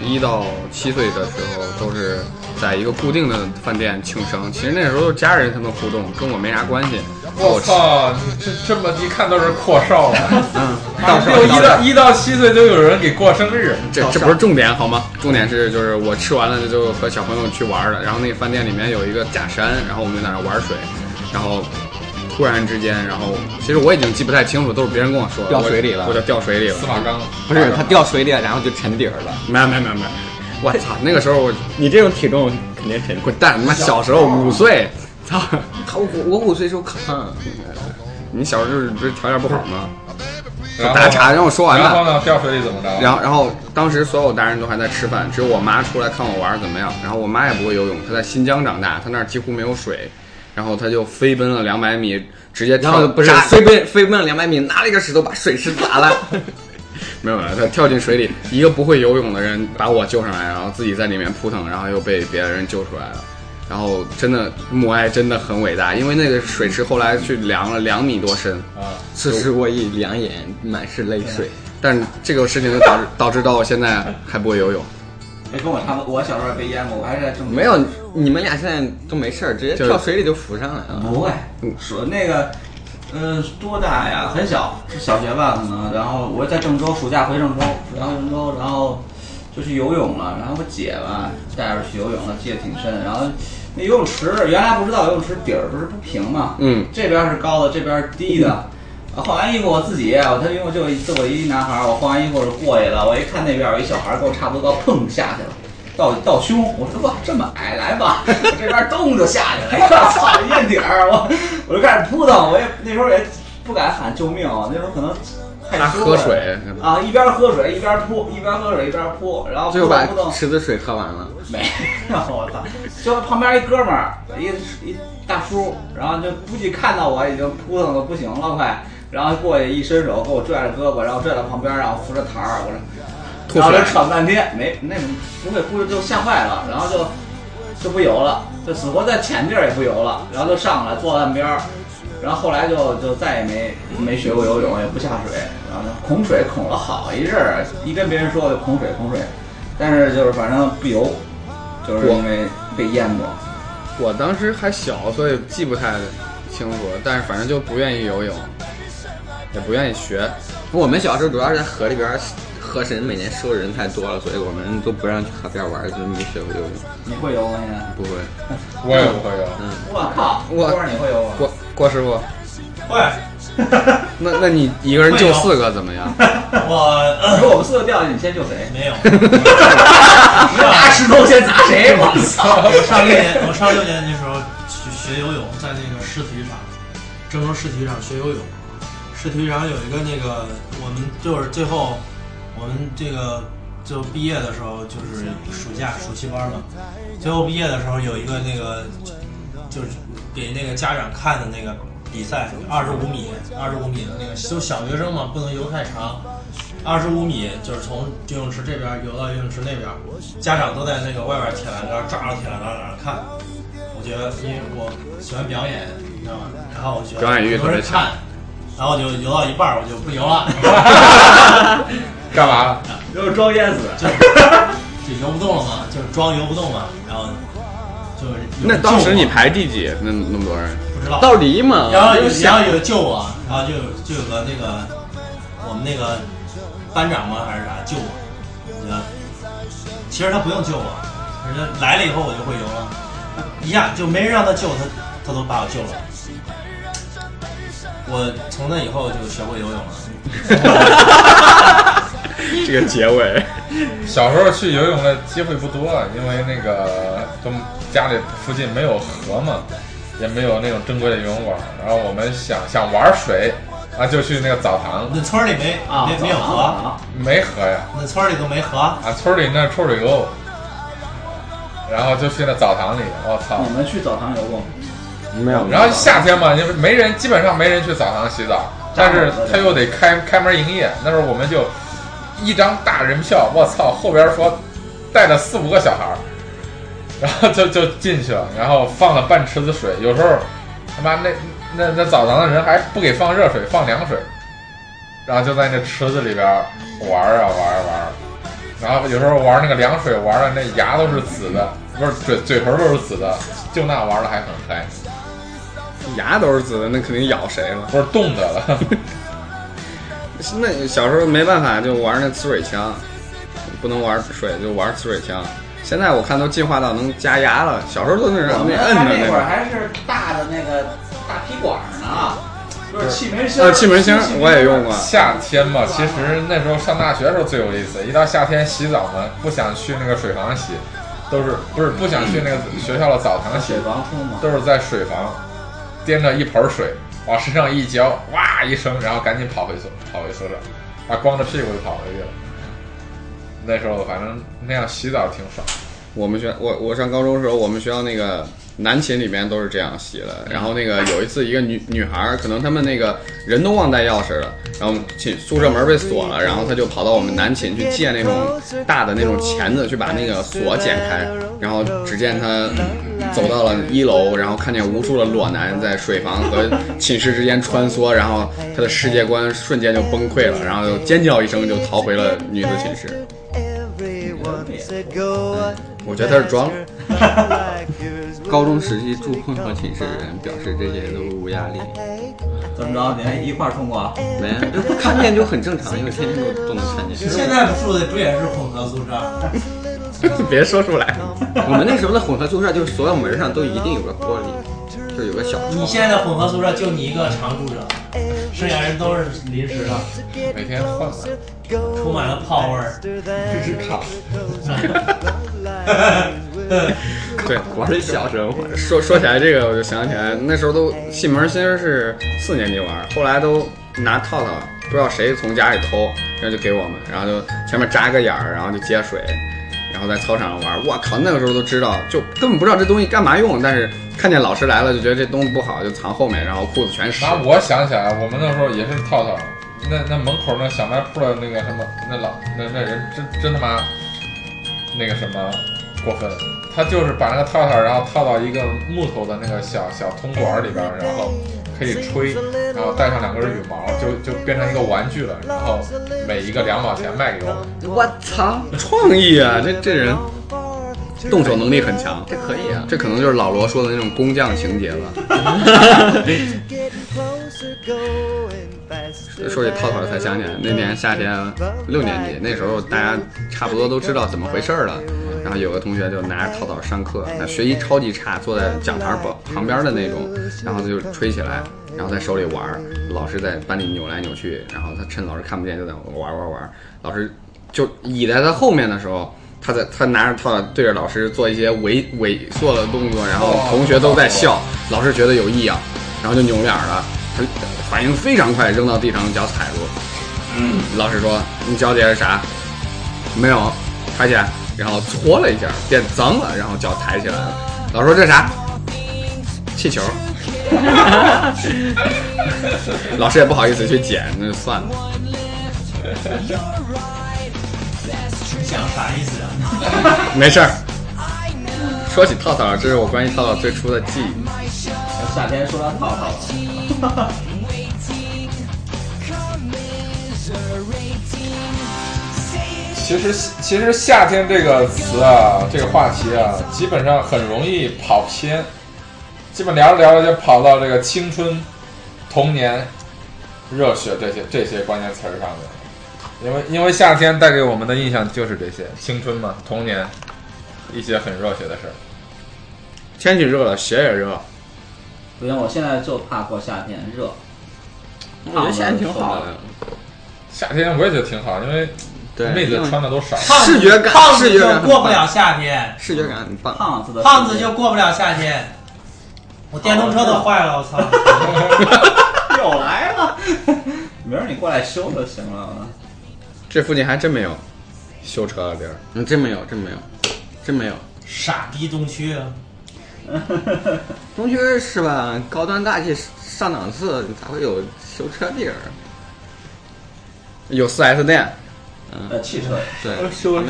[SPEAKER 1] 一到七岁的时候都是在一个固定的饭店庆生。其实那时候都是家人他们互动，跟我没啥关系。
[SPEAKER 4] 我
[SPEAKER 1] 我吃
[SPEAKER 4] 操，这这么一看都是阔少了。
[SPEAKER 1] 嗯，
[SPEAKER 4] 到
[SPEAKER 1] 时候
[SPEAKER 4] 一到一到七岁就有人给过生日，
[SPEAKER 1] 这这不是重点好吗？重点是就是我吃完了就和小朋友去玩了，然后那个饭店里面有一个假山，然后我们就在那玩水，然后突然之间，然后其实我已经记不太清楚，都是别人跟我说的
[SPEAKER 2] 掉水里了
[SPEAKER 1] 我我就掉水里了
[SPEAKER 4] 司。马刚
[SPEAKER 2] 不是它掉水里了，然后就沉底儿了。
[SPEAKER 1] 没有没有没有没有，我操！那个时候我
[SPEAKER 2] 你这种体重肯定沉。
[SPEAKER 1] 滚蛋！他妈小时候五岁，操！
[SPEAKER 2] 他我我五岁时候看，
[SPEAKER 1] 你小时候不是条件不好吗？
[SPEAKER 4] 然后
[SPEAKER 1] 打岔让我说完吧
[SPEAKER 4] 然后呢，掉水里怎么着？
[SPEAKER 1] 然后，然后当时所有大人都还在吃饭，只有我妈出来看我玩儿怎么样。然后我妈也不会游泳，她在新疆长大，她那儿几乎没有水，然后她就飞奔了两百米，直接
[SPEAKER 2] 然
[SPEAKER 1] 跳
[SPEAKER 2] 后不是
[SPEAKER 1] 扎
[SPEAKER 2] 飞奔飞奔了两百米，拿了一个石头把水池砸了。
[SPEAKER 1] 没有没有，她跳进水里，一个不会游泳的人把我救上来，然后自己在里面扑腾，然后又被别人救出来了。然后真的母爱真的很伟大，因为那个水池后来去量了两米多深，
[SPEAKER 4] 啊，
[SPEAKER 2] 此时我已两眼满是泪水。
[SPEAKER 1] 但这个事情就导致导致到我现在还不会游泳。哎
[SPEAKER 3] 别哎跟我差不多，我小时候也被淹过，我还是在正
[SPEAKER 2] 没有，你们俩现在都没事儿，直接
[SPEAKER 1] 就是
[SPEAKER 2] 跳水里就浮上来了。
[SPEAKER 3] 不会，说那个，嗯，多大呀？很小，小学吧，可能。然后我在郑州，暑假回郑州，暑假回郑州，然后就去游泳了。然后我姐吧带着去游泳了，记得挺深。然后那游泳池原来不知道游泳池底儿不是不平嘛，
[SPEAKER 1] 嗯，
[SPEAKER 3] 这边是高的，这边是低的。啊换完衣服我自己，啊我他因为我就一就我一男孩儿，我换完衣服我就过去了。我一看那边有一小孩儿跟我差不多高，砰下去了。到到胸，我说哇这么矮，来吧， 我这边咚就下去了，哎我操咽底儿，我我就开始扑腾，我也那时候也不敢喊救命，那时候可能太
[SPEAKER 1] 他
[SPEAKER 3] 羞
[SPEAKER 1] 喝
[SPEAKER 3] 了
[SPEAKER 1] 水，
[SPEAKER 3] 啊，一边喝水一边扑，一边喝水一边扑，然后扑
[SPEAKER 2] 最后把
[SPEAKER 3] 腾扑腾
[SPEAKER 2] 池子水喝完了，
[SPEAKER 3] 没有，我操！就旁边一哥们儿，一一大叔，然后就估计看到我已经扑腾的不行了，快，然后过去一伸手给我拽着胳膊，然后拽到旁边，然后扶着台儿，我说，
[SPEAKER 1] 吐
[SPEAKER 3] 然后
[SPEAKER 1] 水
[SPEAKER 3] 就喘半天，没那不会估计就吓坏了，然后就就不游了，就死活在浅地儿也不游了，然后就上来坐岸边儿。然后后来就就再也没没学过游泳，也不下水，然后就恐水恐了好一阵儿，一跟别人说就恐水恐水，但是就是反正不游，就是因为被淹过。
[SPEAKER 1] 我当时还小，所以记不太清楚，但是反正就不愿意游泳，也不愿意学。
[SPEAKER 2] 我们小时候主要是在河里边儿，河神每年收的人太多了，所以我们都不让去河边玩儿，就没学会游泳。
[SPEAKER 3] 你会游吗？现在？
[SPEAKER 2] 不会，
[SPEAKER 4] 我也不会啊游。
[SPEAKER 3] 我靠！
[SPEAKER 1] 我
[SPEAKER 3] 说你会游吗？
[SPEAKER 1] 郭郭师傅，
[SPEAKER 5] 会，
[SPEAKER 1] 那那你一个人救四个怎么 样？
[SPEAKER 5] 我
[SPEAKER 3] 如果我们四个掉下去，你先救谁？
[SPEAKER 5] 没有。
[SPEAKER 3] 拿石头先砸谁？啊我操！
[SPEAKER 5] 我上六 年，我上六年级的时候去学游泳，在那个市体育场，郑州市体育场学游泳。市体育场有一个那个，我们就是最后，我们这个最后毕业的时候就是暑假暑期班嘛，最后毕业的时候有一个那个，就是给那个家长看的那个比赛，二十五米，二十五米的那个，就小学生嘛，不能游太长。二十五米就是从游泳池这边游到游泳池那边，家长都在那个外边铁栏杆抓着铁栏杆在那看。我我觉得因为我喜欢表演，你知道吗？然后我觉得
[SPEAKER 1] 表演欲特
[SPEAKER 5] 很多
[SPEAKER 1] 别
[SPEAKER 5] 人
[SPEAKER 1] 强
[SPEAKER 5] 看，然后我就游到一半儿我就不 游了，
[SPEAKER 1] 干嘛了？
[SPEAKER 3] 就是装淹死。
[SPEAKER 5] 就就游不动了嘛，就是装游不动嘛，然后就是有
[SPEAKER 1] 那
[SPEAKER 5] 人
[SPEAKER 1] 当
[SPEAKER 5] 救
[SPEAKER 1] 时
[SPEAKER 5] 我
[SPEAKER 1] 你排第几？那那么多 人，
[SPEAKER 5] 不知道
[SPEAKER 1] 到黎嘛？
[SPEAKER 5] 然后有
[SPEAKER 1] 就是
[SPEAKER 5] 然后有救我，然后就有就有个那个我们那个班长吗还是啥救我，我觉得其实他不用救我，人家来了以后我就会游了，一下就没人让他救他，他都把我救了。我从那以后就学会游泳了，
[SPEAKER 1] 这个结尾，
[SPEAKER 4] 小时候去游泳的机会不多，啊因为那个都家里附近没有河嘛，也没有那种正规的游泳馆。然后我们想想玩水啊，就去那个澡堂，
[SPEAKER 5] 那村儿里没
[SPEAKER 3] 啊，
[SPEAKER 5] 没没有河，
[SPEAKER 3] 啊，
[SPEAKER 4] 没河呀，
[SPEAKER 5] 那村儿里都没河，
[SPEAKER 4] 啊，村里那臭水沟，然后就去那澡堂里，我、操！
[SPEAKER 3] 你们去澡堂游过吗？
[SPEAKER 2] 没有，
[SPEAKER 4] 然后夏天嘛，因为没人，基本上没人去澡堂洗澡，但是他又得开开门营业。那时候我们就一张大人票，我操，后边说带了四五个小孩儿，然后就就进去了，然后放了半池子水，有时候他妈那那那澡堂的人还不给放热水，放凉水，然后就在那池子里边玩儿啊玩儿啊玩儿，然后有时候玩那个凉水，玩的那牙都是紫的，不是嘴嘴唇都是紫的，就那玩的还很嗨。
[SPEAKER 1] 牙都是紫的，那肯定咬谁了？
[SPEAKER 4] 不是冻着了，
[SPEAKER 1] 那小时候没办法，就玩那呲水枪，不能玩水就玩呲水枪。现在我看都进化到能夹牙了，小时候都是
[SPEAKER 3] 我
[SPEAKER 1] 让
[SPEAKER 3] 们
[SPEAKER 1] 那
[SPEAKER 3] 还
[SPEAKER 1] 摁着
[SPEAKER 3] 那会儿
[SPEAKER 1] 种。
[SPEAKER 3] 还是大的那个大皮管儿呢，就是气门芯儿。
[SPEAKER 1] 啊，气门芯儿我也用过，
[SPEAKER 4] 夏天嘛，其实那时候上大学的时候最有意思。一到夏天洗澡嘛，不想去那个水房洗，都是不是不想去那个学校的澡堂洗
[SPEAKER 3] 水，房冲嘛。
[SPEAKER 4] 都是在水房掂着一盆水往身上一浇，哇一声，然后赶紧跑回宿跑回宿舍，啊光着屁股就跑回去了。那时候反正那样洗澡挺爽，
[SPEAKER 1] 我们学我我上高中的时候，我们学校那个男寝里面都是这样洗的。然后那个有一次，一个女女孩儿，可能他们那个人都忘带钥匙了，然后寝宿舍门被锁了，然后她就跑到我们男寝去借那种大的那种钳子，去把那个锁剪开。然后只见她嗯走到了一楼，然后看见无数的裸男在水房和寝室之间穿梭，然后她的世界观瞬间就崩溃了，然后就尖叫一声就逃回了女子寝室。我觉得她是装。
[SPEAKER 2] 高中时期住混合寝室的人表示这些都无压力，
[SPEAKER 3] 怎么着？你还一块儿冲过啊？
[SPEAKER 2] 没这不 看见就很正常，因为天天都都能看见。
[SPEAKER 5] 现在住的不也是混合宿舍？
[SPEAKER 1] 别说出来，
[SPEAKER 2] 我们那时候的混合宿舍就是所有门上都一定有个玻璃，就有个小
[SPEAKER 5] 你
[SPEAKER 2] 窗。
[SPEAKER 5] 现在混合宿舍就你一个常住者，剩下人都是临时的，
[SPEAKER 4] 每天换嘛。
[SPEAKER 5] 充满了泡味儿。
[SPEAKER 1] 对，
[SPEAKER 2] 我是小时候，
[SPEAKER 1] 说说起来这个，我就想起来那时候
[SPEAKER 2] 哎
[SPEAKER 1] 都戏门心是四年级玩，后来都拿套套，不知道谁从家里偷，然后就给我们，然后就前面扎个眼儿，然后就接水，然后在操场上玩。我靠，那个时候都知道，就根本不知道这东西干嘛用，但是看见老师来了就觉得这东西不好，就藏后面，然后裤子全湿
[SPEAKER 4] 然。后我想起来，我们那时候也是套套，那那门口那小卖铺的那个什么，那老那那人真真他妈那个什么过分，他就是把那个套套，然后套到一个木头的那个小小铜管里边，然后可以吹，然后带上两根羽毛，就就变成一个玩具了，然后每一个两毛钱卖给我们。
[SPEAKER 2] 我操，
[SPEAKER 1] 创意啊，这这人动手能力很强，
[SPEAKER 2] 这可以啊！
[SPEAKER 1] 这可能就是老罗说的那种工匠情节吧。说起套套才想起来，那年夏天六年级，那时候大家差不多都知道怎么回事儿了。然后有个同学就拿着套套上课，那学习超级差，坐在讲台旁旁边的那种，然后他就吹起来，然后在手里玩儿，老师在班里扭来扭去，然后他趁老师看不见就在玩玩玩，老师就倚在他后面的时候。他在他拿着套对着老师做一些猥猥琐的动作，然后同学都在笑，老师觉得有异样，然后就扭脸儿了，他反应非常快，扔到地上一脚踩住。老师说：“你脚底下是啥？”没有，抬起来，然后搓了一下，变脏了，然后脚抬起来了。老师说：“这啥？”气球。 老师也不好意思去捡，那就算了。
[SPEAKER 5] 你想啥意思啊？
[SPEAKER 1] 没事儿，说起套套，这是我关于套套最初的记忆。
[SPEAKER 3] 夏天说到套套了，
[SPEAKER 4] 其实，其实夏天这个词啊，这个话题啊，基本上很容易跑偏，基本聊着聊着就跑到这个青春、童年、热血这些这些关键词儿上面了。因为因为夏天带给我们的印象就是这些青春嘛，童年，一些很热血的事儿。
[SPEAKER 1] 天气热了，鞋也热。
[SPEAKER 3] 不行，我现在就怕过夏天热。
[SPEAKER 2] 我觉得现在挺好的，
[SPEAKER 4] 夏天我也觉得挺好，因为
[SPEAKER 2] 对，
[SPEAKER 4] 妹子
[SPEAKER 2] 因为
[SPEAKER 4] 穿的都少。
[SPEAKER 5] 胖子
[SPEAKER 2] 视觉感
[SPEAKER 5] 胖子
[SPEAKER 2] 视觉
[SPEAKER 5] 就
[SPEAKER 2] 感
[SPEAKER 5] 过不了夏天，
[SPEAKER 2] 视觉感很棒。
[SPEAKER 3] 胖子的
[SPEAKER 5] 胖子就过不了夏天。我电动车都坏了，我操！
[SPEAKER 3] 又来了。明儿你过来修就行了。
[SPEAKER 1] 这附近还真没有修车的地儿。
[SPEAKER 2] 嗯，真没有，真没有，真没有。
[SPEAKER 5] 傻逼东区啊！
[SPEAKER 1] 嗯
[SPEAKER 2] 中学是吧？高端大气上档次，咋会有修车地儿？
[SPEAKER 1] 有 4S 店，
[SPEAKER 3] 呃，汽车
[SPEAKER 2] 对，
[SPEAKER 4] 车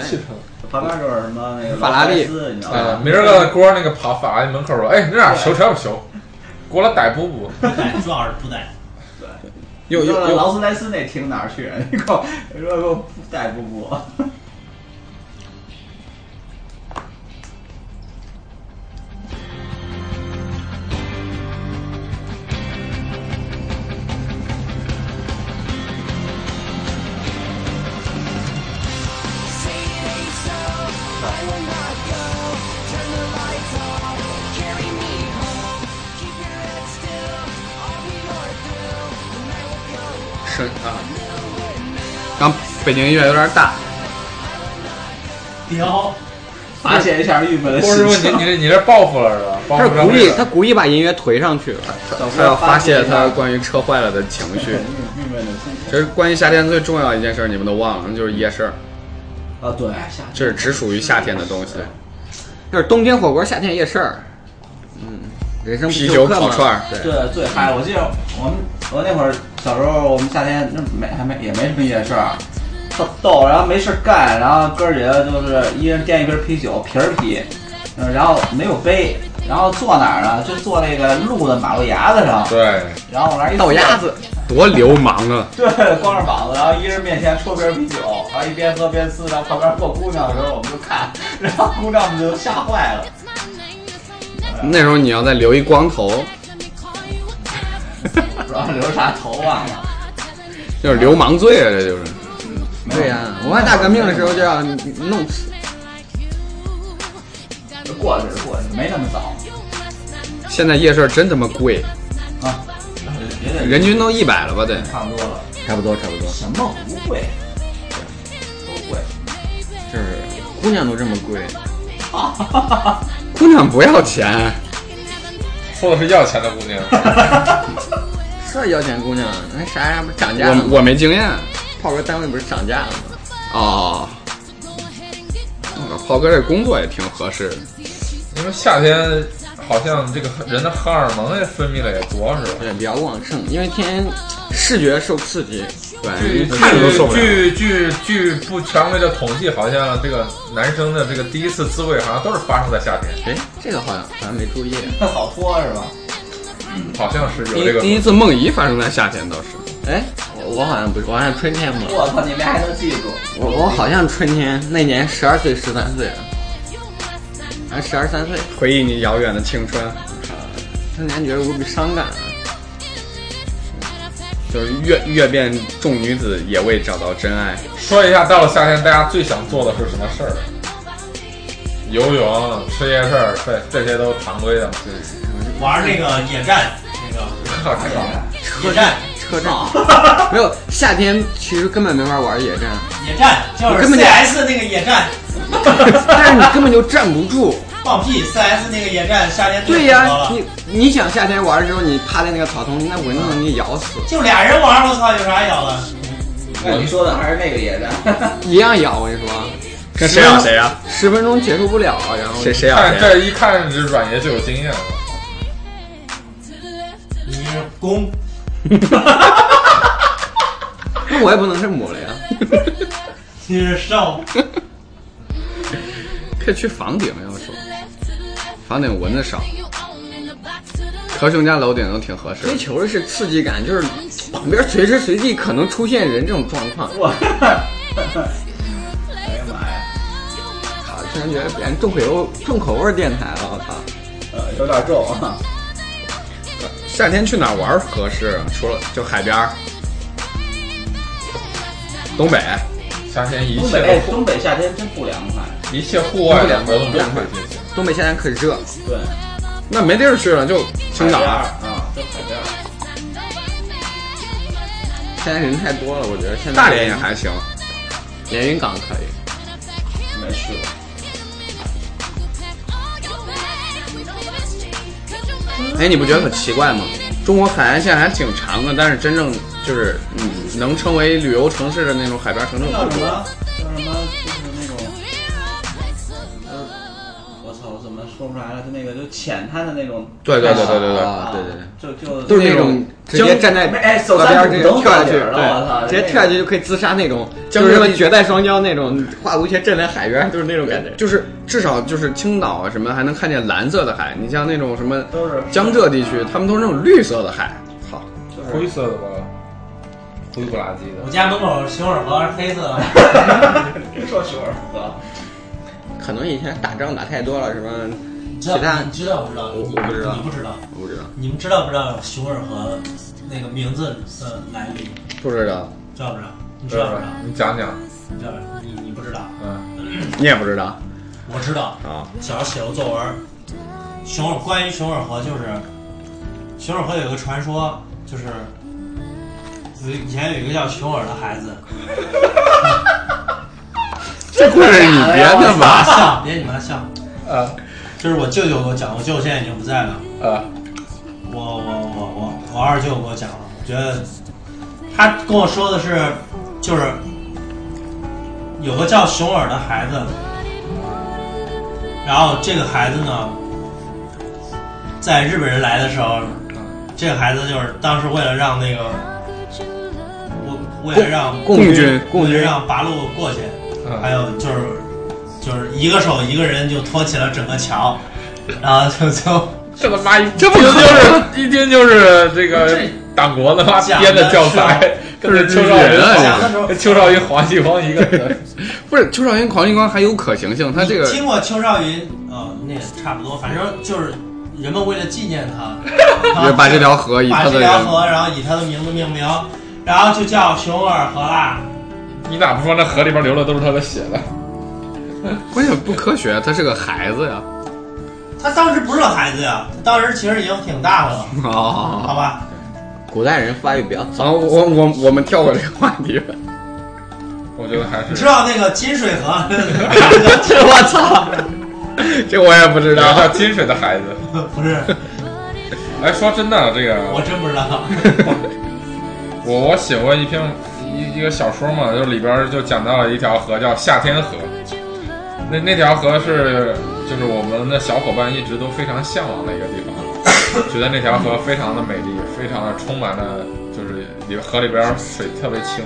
[SPEAKER 3] 旁边就是什么那个
[SPEAKER 2] 法拉利
[SPEAKER 3] 劳斯莱斯你知道
[SPEAKER 1] 呃
[SPEAKER 4] 啊！
[SPEAKER 3] 吗？
[SPEAKER 4] 明儿个锅那个跑法拉利门口说：“哎，你俩修车不修？过来逮补补。
[SPEAKER 5] 不带主要是不带，
[SPEAKER 1] 又
[SPEAKER 3] 你
[SPEAKER 1] 又
[SPEAKER 3] 说
[SPEAKER 1] 又
[SPEAKER 3] 劳斯莱斯那停哪儿去？啊 你给我，你说给我带 不不？
[SPEAKER 1] 声啊，刚北京音乐有点大。
[SPEAKER 5] 屌，
[SPEAKER 3] 发泄一下郁闷的
[SPEAKER 4] 郭
[SPEAKER 3] 心
[SPEAKER 4] 师傅，
[SPEAKER 3] 情。
[SPEAKER 4] 你你你这报复了是吧？报
[SPEAKER 2] 他是
[SPEAKER 4] 复上
[SPEAKER 2] 故
[SPEAKER 4] 位
[SPEAKER 2] 意，
[SPEAKER 4] 了
[SPEAKER 2] 他故意把音乐推上去了。
[SPEAKER 1] 他要发泄他关于车坏了的情绪。
[SPEAKER 3] 郁闷的心
[SPEAKER 1] 其
[SPEAKER 3] 情
[SPEAKER 1] 实关于夏天最重要的一件事，你们都忘了，那就是夜市儿，
[SPEAKER 3] 啊，对，夏天
[SPEAKER 1] 这是只属于夏天的东西。
[SPEAKER 2] 就是冬天火锅，夏天夜市儿。嗯，人生不
[SPEAKER 1] 啤
[SPEAKER 2] 就
[SPEAKER 1] 酒
[SPEAKER 2] 客
[SPEAKER 1] 烤
[SPEAKER 2] 嘛
[SPEAKER 1] 串儿
[SPEAKER 2] 对，啊
[SPEAKER 3] 对，最嗨！我记得我们我那会儿小时候，我们夏天那没还没也没什么夜市儿，特逗，然后没事儿干，然后哥儿几个就是一人掂一瓶啤酒，瓶儿啤，嗯，然后没有杯，然后坐哪儿呢？就坐那个路的马路牙子上，
[SPEAKER 4] 对，
[SPEAKER 3] 然后往那儿一
[SPEAKER 2] 倒
[SPEAKER 3] 坐
[SPEAKER 2] 鸭子，
[SPEAKER 1] 多流氓啊！
[SPEAKER 3] 对，光着膀子，然后一人面前抽瓶啤酒，然后一边喝边撕，然后旁边过姑娘的时候我们就看， 然后姑娘们就吓坏了。
[SPEAKER 1] 那时候你要再留一光头，
[SPEAKER 3] 不知道留啥头发呢？
[SPEAKER 1] 就是流氓罪啊，这就是。
[SPEAKER 2] 对呀、文化大革命的时候就要弄死。
[SPEAKER 3] 过去了过去了，没那么早
[SPEAKER 1] 现在夜市儿真他妈贵，
[SPEAKER 3] 啊，也得
[SPEAKER 1] 人均都一百了吧得。
[SPEAKER 3] 差不多了。
[SPEAKER 2] 差不多，差不多，
[SPEAKER 3] 什么不会？都会。
[SPEAKER 2] 就是姑娘都这么贵，
[SPEAKER 1] 姑娘不要钱，
[SPEAKER 4] 说的是要钱的姑娘。
[SPEAKER 2] 这要钱姑娘那啥啥不是涨价了吗？
[SPEAKER 1] 我我没经验。
[SPEAKER 2] 炮哥单位不是涨价了吗？
[SPEAKER 1] 哦，那嗯个炮哥这工作也挺合适的。
[SPEAKER 4] 因为夏天好像这个人的荷尔蒙也分泌的也多，是吧？
[SPEAKER 2] 对，比较旺盛，因为天天视觉受刺激，
[SPEAKER 1] 对，
[SPEAKER 4] 据
[SPEAKER 1] 看着都受不了。
[SPEAKER 4] 据据据不权威的统计，好像这个男生的这个第一次自慰，好像都是发生在夏天，
[SPEAKER 2] 哎，这个好像好像没注意。
[SPEAKER 3] 那好脱是吧？
[SPEAKER 4] 好像是
[SPEAKER 1] 第
[SPEAKER 4] 有这
[SPEAKER 1] 一
[SPEAKER 4] 个
[SPEAKER 1] 第一次梦遗发生在夏天，倒是。
[SPEAKER 2] 哎，我我好像不是，我好像春天嘛，
[SPEAKER 3] 我操，你们还能记住？
[SPEAKER 2] 我我好像春天那年十二岁十三岁了，还十二三岁，
[SPEAKER 1] 回忆你遥远的青春，
[SPEAKER 2] 那年觉得无比伤感啊。
[SPEAKER 1] 就是阅阅遍众女子也未找到真爱。
[SPEAKER 4] 说一下，到了夏天，大家最想做的是什么事儿？游泳、吃夜市儿，这这些都常规的嘛。
[SPEAKER 5] 玩那个野战，那个
[SPEAKER 4] 靠太棒了！
[SPEAKER 5] 野战，
[SPEAKER 2] 车站没有夏天，其实根本没法玩野战，
[SPEAKER 5] 野战就
[SPEAKER 2] 我
[SPEAKER 5] 是
[SPEAKER 2] 根本就
[SPEAKER 5] CS 那个野战，
[SPEAKER 2] 但是你根本就站不住。
[SPEAKER 5] 放屁！CS 那个野战夏天
[SPEAKER 2] 对
[SPEAKER 5] 太糟
[SPEAKER 2] 呀、
[SPEAKER 5] 了
[SPEAKER 2] 你你想夏天玩的时候，你趴在那个草丛，那蚊子你咬死，
[SPEAKER 5] 就俩人玩，我操，有啥咬的？
[SPEAKER 3] 那你说的还是那个野战？
[SPEAKER 2] 一样咬。我跟你说，啊
[SPEAKER 1] 跟谁咬谁啊？
[SPEAKER 2] 十分钟结束不了，然后
[SPEAKER 1] 谁谁咬
[SPEAKER 4] 看
[SPEAKER 1] 谁啊？
[SPEAKER 4] 这一看，这软爷就有经验了。
[SPEAKER 5] 你是攻，
[SPEAKER 2] 那我也不能是母了呀。
[SPEAKER 5] 你是受，
[SPEAKER 1] 可以去房顶，要说还有那种蚊子少，和熊家楼顶都挺合适
[SPEAKER 2] 追。求的是刺激感，就是旁边随时随地可能出现人这种状况。
[SPEAKER 3] 我，哎呀妈呀，
[SPEAKER 2] 操！啊突然觉得变成重口味重口味电台了，我操！
[SPEAKER 3] 呃，有点重啊。
[SPEAKER 1] 夏天去哪儿玩儿合适？啊除了就海边儿，东北，
[SPEAKER 4] 夏天一
[SPEAKER 3] 东
[SPEAKER 4] 切
[SPEAKER 3] 北哎
[SPEAKER 4] 的户
[SPEAKER 3] 东北夏天真不凉快，
[SPEAKER 4] 一切户外的活动
[SPEAKER 2] 不
[SPEAKER 4] 都
[SPEAKER 2] 凉
[SPEAKER 4] 可
[SPEAKER 2] 快
[SPEAKER 4] 以进行。
[SPEAKER 2] 东北夏天可热，
[SPEAKER 3] 对，
[SPEAKER 1] 那没地儿去了，就青岛
[SPEAKER 3] 海边儿
[SPEAKER 1] 啊。
[SPEAKER 3] 啊，就海边儿。
[SPEAKER 2] 现在人太多了，我觉得现在
[SPEAKER 1] 大连也还行，
[SPEAKER 2] 连云港可以，
[SPEAKER 3] 没去过，
[SPEAKER 1] 哎，你不觉得很奇怪吗？中国海岸线还挺长的，但是真正就是嗯，能成为旅游城市的那种海边城镇
[SPEAKER 3] 叫
[SPEAKER 1] 不
[SPEAKER 3] 什
[SPEAKER 1] 多。
[SPEAKER 3] 么？叫什么？就是那种，呃，我操，我怎么说不出来了？就那个就浅滩的那种，
[SPEAKER 1] 对对对对对对，
[SPEAKER 2] 啊对对对，
[SPEAKER 3] 就就
[SPEAKER 2] 都是那
[SPEAKER 1] 那
[SPEAKER 2] 种
[SPEAKER 1] 种
[SPEAKER 2] 直接
[SPEAKER 1] 江
[SPEAKER 2] 站在
[SPEAKER 3] 哎手
[SPEAKER 2] 河边
[SPEAKER 3] 刹
[SPEAKER 2] 儿
[SPEAKER 3] 住
[SPEAKER 2] 直接
[SPEAKER 3] 等
[SPEAKER 2] 跳下
[SPEAKER 3] 火
[SPEAKER 2] 去，
[SPEAKER 3] 警了我操
[SPEAKER 2] 对，直接
[SPEAKER 3] 那
[SPEAKER 2] 跳下去
[SPEAKER 3] 个
[SPEAKER 2] 就可以自杀那种，
[SPEAKER 1] 江
[SPEAKER 2] 就
[SPEAKER 1] 浙
[SPEAKER 2] 是什么
[SPEAKER 1] 地
[SPEAKER 2] 绝代双骄那种，化无邪站在海边儿，就是那种感觉。
[SPEAKER 1] 就是至少就是青岛啊什么还能看见蓝色的海，你像那种什么
[SPEAKER 3] 都是
[SPEAKER 1] 江浙地区，他们都是那种绿色的海。操，
[SPEAKER 4] 灰色的吧，灰不拉几
[SPEAKER 5] 我
[SPEAKER 4] 的。
[SPEAKER 5] 家门口熊耳河是黑色的，
[SPEAKER 3] 别说熊耳河，
[SPEAKER 2] 可能以前打仗打太多了，什么
[SPEAKER 5] 你知
[SPEAKER 2] 其他
[SPEAKER 5] 道你知道不知道？
[SPEAKER 2] 我我不知道
[SPEAKER 5] 你不知道？
[SPEAKER 2] 我不知道。
[SPEAKER 5] 你们知道不知道熊耳河那个名字的来历？
[SPEAKER 1] 不知道，
[SPEAKER 5] 知道不知道？你知道不知道？
[SPEAKER 4] 你讲讲，
[SPEAKER 5] 你知道不知道？你你不知道？
[SPEAKER 4] 嗯，
[SPEAKER 1] 你也不知道
[SPEAKER 5] 我知道。
[SPEAKER 1] 啊？
[SPEAKER 5] 小时候写过作文，熊耳关于熊耳河就是，熊耳河有一个传说，就是有以前有一个叫熊耳的孩子，
[SPEAKER 1] 这故
[SPEAKER 2] 哎
[SPEAKER 1] 事你编的吧？
[SPEAKER 5] 笑，别你妈笑，
[SPEAKER 4] 啊
[SPEAKER 5] 就是我舅舅给我讲，我舅舅现在已经不在了，
[SPEAKER 4] 啊，
[SPEAKER 5] 我我我我我二舅给我讲了，我觉得他跟我说的是，就是有个叫熊耳的孩子，然后这个孩子呢，在日本人来的时候，这个孩子就是当时为了让那个，我为了让
[SPEAKER 1] 共军
[SPEAKER 5] 为了让八路过去，
[SPEAKER 4] 嗯
[SPEAKER 5] 还有就是就是一个手一个人就托起了整个桥，然后就就。
[SPEAKER 4] 这他妈一听就是一听就是这个党国他妈编 的教材，跟那邱少云
[SPEAKER 5] 讲的时候
[SPEAKER 4] 跟邱少云、黄继光一个人。
[SPEAKER 1] 不是，邱少云、狂一光还有可行性，他这个
[SPEAKER 5] 听过邱少云，呃，那也差不多，反正就是人们为了纪念 他，
[SPEAKER 2] 啊
[SPEAKER 5] 然后
[SPEAKER 1] 就把这条河以
[SPEAKER 5] 把
[SPEAKER 1] 他
[SPEAKER 5] 这
[SPEAKER 1] 的
[SPEAKER 5] 条河，然后以他的名字命名，然后就叫熊耳河啦。
[SPEAKER 4] 你咋不说那河里边流的都是他的血呢？
[SPEAKER 1] 关键不科学，他是个孩子 呀。
[SPEAKER 5] 他当时不是个孩子呀，他当时其实已经挺 大的了，好
[SPEAKER 1] 哦，
[SPEAKER 5] 吧？
[SPEAKER 2] 古代人发育比较早，
[SPEAKER 1] 好，我我我们跳过这个话题吧。
[SPEAKER 4] 我觉得还
[SPEAKER 5] 你知
[SPEAKER 4] 是
[SPEAKER 5] 道那个金水河，
[SPEAKER 1] 我操，这我也不知
[SPEAKER 4] 然后
[SPEAKER 1] 道。
[SPEAKER 4] 金水的孩子。
[SPEAKER 5] 不是，
[SPEAKER 4] 哎，说真的，这个
[SPEAKER 5] 我真不知道。
[SPEAKER 4] 我我写过一篇一一个小说嘛，就里边儿就讲到了一条河叫夏天河，那那条河是就是我们的小伙伴一直都非常向往的一个地方，觉得那条河非常的美丽，非常的充满了就是里河里边儿水特别清，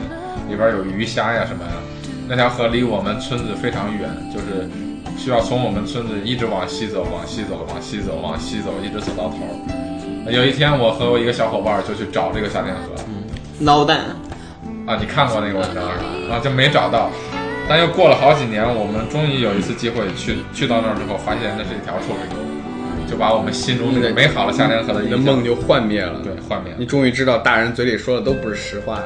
[SPEAKER 4] 里边儿有鱼虾呀什么呀，那条河离我们村子非常远，就是需要从我们村子一直往西走，往西走，往西走，往西走，一直走到头儿。有一天，我和我一个小伙伴儿就去找这个夏天河，
[SPEAKER 2] 孬蛋。
[SPEAKER 4] 啊，你看过那个文章是吧啊，就没找到。但又过了好几年，我们终于有一次机会去去到那儿之后，发现那是一条臭水沟，就把我们心中那个美好的夏天河的
[SPEAKER 1] 你
[SPEAKER 4] 印
[SPEAKER 1] 的
[SPEAKER 4] 象
[SPEAKER 1] 梦就幻灭了。
[SPEAKER 4] 对幻灭了
[SPEAKER 1] 你。终于知道大人嘴里说的都不是实话。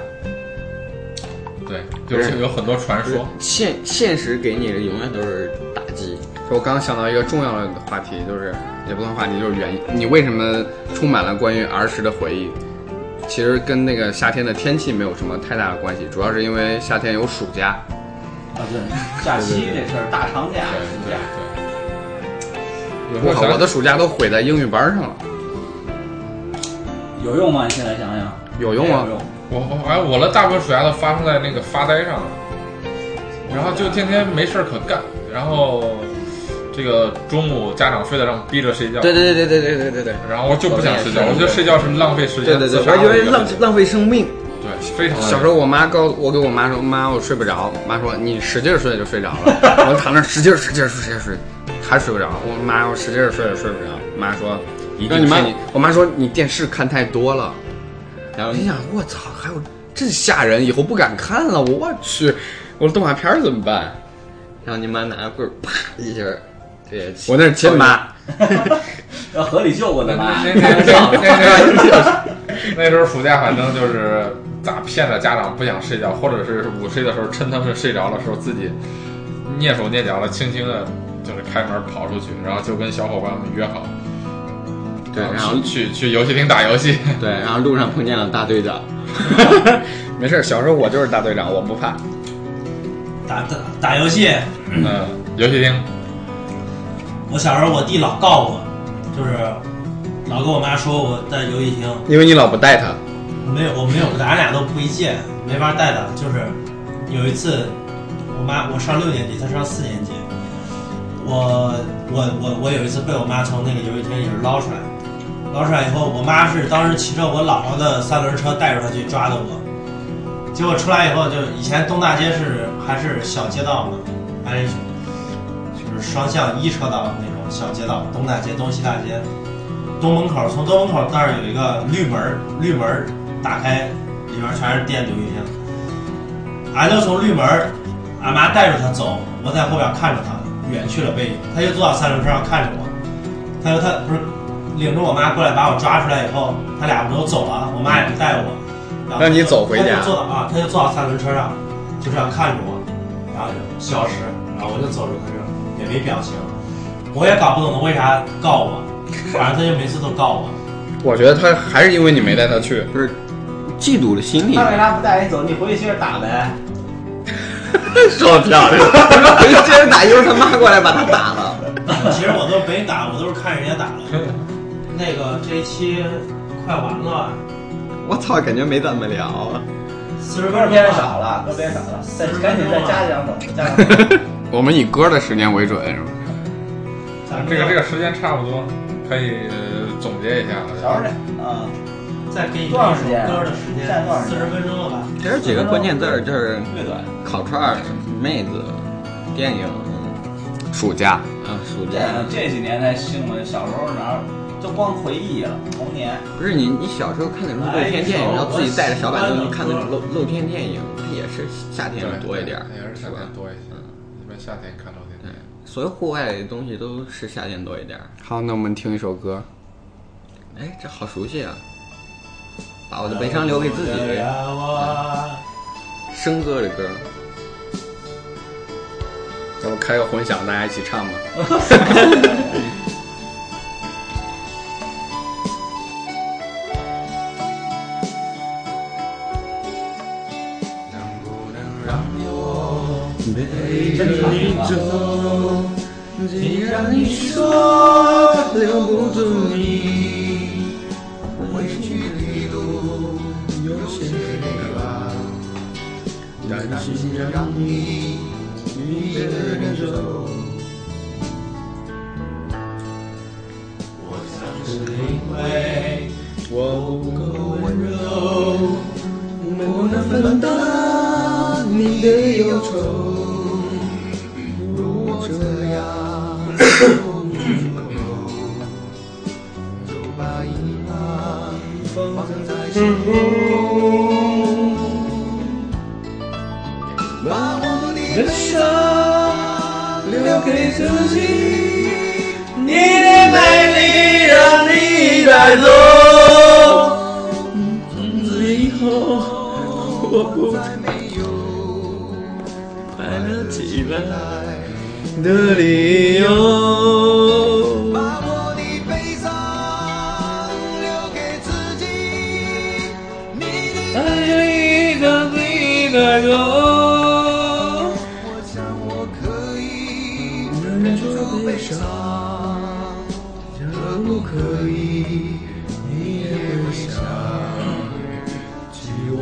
[SPEAKER 4] 对，就是有很多传说。
[SPEAKER 2] 现现实给你的永远都是打击。
[SPEAKER 1] 我刚刚想到一个重要的话题，就是也不算话题，就是原因。你为什么充满了关于儿时的回忆？其实跟那个夏天的天气没有什么太大的关系，主要是因为夏天有暑假。
[SPEAKER 3] 啊对，假期这事儿大长假
[SPEAKER 4] 对
[SPEAKER 3] 暑假，
[SPEAKER 4] 对对。
[SPEAKER 1] 我
[SPEAKER 4] 有时
[SPEAKER 1] 靠，
[SPEAKER 4] 候
[SPEAKER 1] 我
[SPEAKER 4] 想
[SPEAKER 1] 的暑假都毁在英语班上了，
[SPEAKER 3] 有用吗？你现在想想，
[SPEAKER 1] 有用吗
[SPEAKER 3] 没有用
[SPEAKER 4] 我我哎，我的大部分暑假都发生在那个发呆上了，然后就天天没事儿可干，然后这个中午家长非得让逼着睡觉，
[SPEAKER 2] 对对对对对对对对对
[SPEAKER 4] 然后我就不想睡觉，我觉得睡觉是浪费时间，
[SPEAKER 2] 对对对，
[SPEAKER 4] 自杀
[SPEAKER 2] 我觉
[SPEAKER 4] 的一
[SPEAKER 2] 得
[SPEAKER 4] 个
[SPEAKER 2] 浪浪费生命。
[SPEAKER 4] 对，非常的
[SPEAKER 1] 小时候我妈告我给我妈说，妈我睡不着，妈说你使劲睡就睡着了，我躺那使劲使劲使劲睡，还睡不着。我说妈我使劲睡也睡不着，妈说一定
[SPEAKER 2] 让你妈
[SPEAKER 1] 是你，我妈说你电视看太多了。然后我心想我操，还有这吓人，以后不敢看了。我我去，我的动画片儿怎么办？
[SPEAKER 2] 然后你妈拿棍儿啪一下，对，
[SPEAKER 1] 我那是亲妈，
[SPEAKER 3] 要合理救过的吧？
[SPEAKER 4] 那那那那 那那时候暑假反正就是咋骗着家长不想睡觉，或者是午睡的时候趁他们睡着的时候自己蹑手蹑脚的轻轻的，就是开门跑出去，然后就跟小伙伴们约好，
[SPEAKER 2] 对，然后
[SPEAKER 4] 去去去游戏厅打游戏。
[SPEAKER 2] 对，然后路上碰见了大队长，
[SPEAKER 1] 没事儿，小时候我就是大队长，我不怕。
[SPEAKER 5] 打打打游戏，
[SPEAKER 4] 嗯，游戏厅
[SPEAKER 5] 我小时候我弟老告我，就是老跟我妈说我在游戏厅
[SPEAKER 1] 因为你老不带他，
[SPEAKER 5] 没有，我没有，咱俩都不一届，没法带的。就是有一次，我妈我上六年级，她上四年级，我我我我有一次被我妈从那个游戏厅里捞出来，捞出来以后，我妈是当时骑着我姥姥的三轮车带着她去抓的我，结果出来以后就以前东大街是还是小街道嘛，还是就是双向一车道那种小街道，东大街、东西大街。东门口，从东门口那儿有一个绿门儿，绿门儿打开，里面全是电流一样。俺就从绿门儿，俺妈带着他走，我在后边看着他，远去了背影。他就坐到三轮车上看着我，他说他不是领着我妈过来把我抓出来以后，他俩不都走了，我妈也不带我，然后
[SPEAKER 1] 那你走回家
[SPEAKER 5] 他就坐到啊，他就坐到三轮车上，就这样看着我，然后就消失，然后我就走着他这也没表情，我也搞不懂他为啥告我。反正他就每次都告我，
[SPEAKER 1] 我觉得他还是因为你没带他去。
[SPEAKER 2] 不是嫉妒的 心理
[SPEAKER 3] 他，为啥不带你走？你回去接着打呗。
[SPEAKER 1] 说漂亮，
[SPEAKER 2] 回去接着打，一会儿他妈过来把他打了。
[SPEAKER 5] 其实我都没打，我都是看人家打的。那个这一期快完了，
[SPEAKER 2] 我操，感觉没怎么聊啊。
[SPEAKER 5] 四十
[SPEAKER 3] 歌
[SPEAKER 5] 分钟
[SPEAKER 3] 变
[SPEAKER 5] 了
[SPEAKER 3] 少了，歌变少了，再赶紧再加两首，加两首。
[SPEAKER 1] 我们以歌的时间为准，是吧？
[SPEAKER 5] 咱们
[SPEAKER 4] 这个这个时间差不多，可以、呃总结一下了。
[SPEAKER 3] 瞧着呢，啊，
[SPEAKER 5] 再给你唱一首歌的时间，四十分钟了吧？
[SPEAKER 2] 其实几个关键字儿就是
[SPEAKER 3] 乐短。
[SPEAKER 2] 烤串儿、妹子、电影
[SPEAKER 1] 暑假，
[SPEAKER 2] 啊，暑
[SPEAKER 3] 这
[SPEAKER 2] 假。
[SPEAKER 3] 这几年才兴了，小时候哪儿就光回忆了，童年。
[SPEAKER 2] 不是你，你小时候看的都是露天电影，然后自己带着小板凳去看的露露天电影，它也是夏天
[SPEAKER 4] 对
[SPEAKER 2] 多一点儿，
[SPEAKER 4] 也是夏嗯
[SPEAKER 2] 吧？
[SPEAKER 4] 天多一些，一般夏天看到天电影。
[SPEAKER 2] 所有户外的东西都是夏天多一点儿。
[SPEAKER 1] 好，那我们听一首歌。
[SPEAKER 2] 哎，这好熟悉啊！把我的悲伤留给自己，笙哥的歌，
[SPEAKER 1] 要不开个混响，大家一起唱吧。
[SPEAKER 2] 既然你说留不住你，回去的路有些黑暗，但是让你一个人走。我不够温柔，不能分担你的忧愁。如果这样，我以后就把遗憾放在心中，把我的伤留给自己。你的美丽让你带走，从此以后我不再没有快乐起来的理由。把我的悲伤留给自己，你的爱一个比一个多。我想我可以忍住悲伤，可不可以你也不想起我？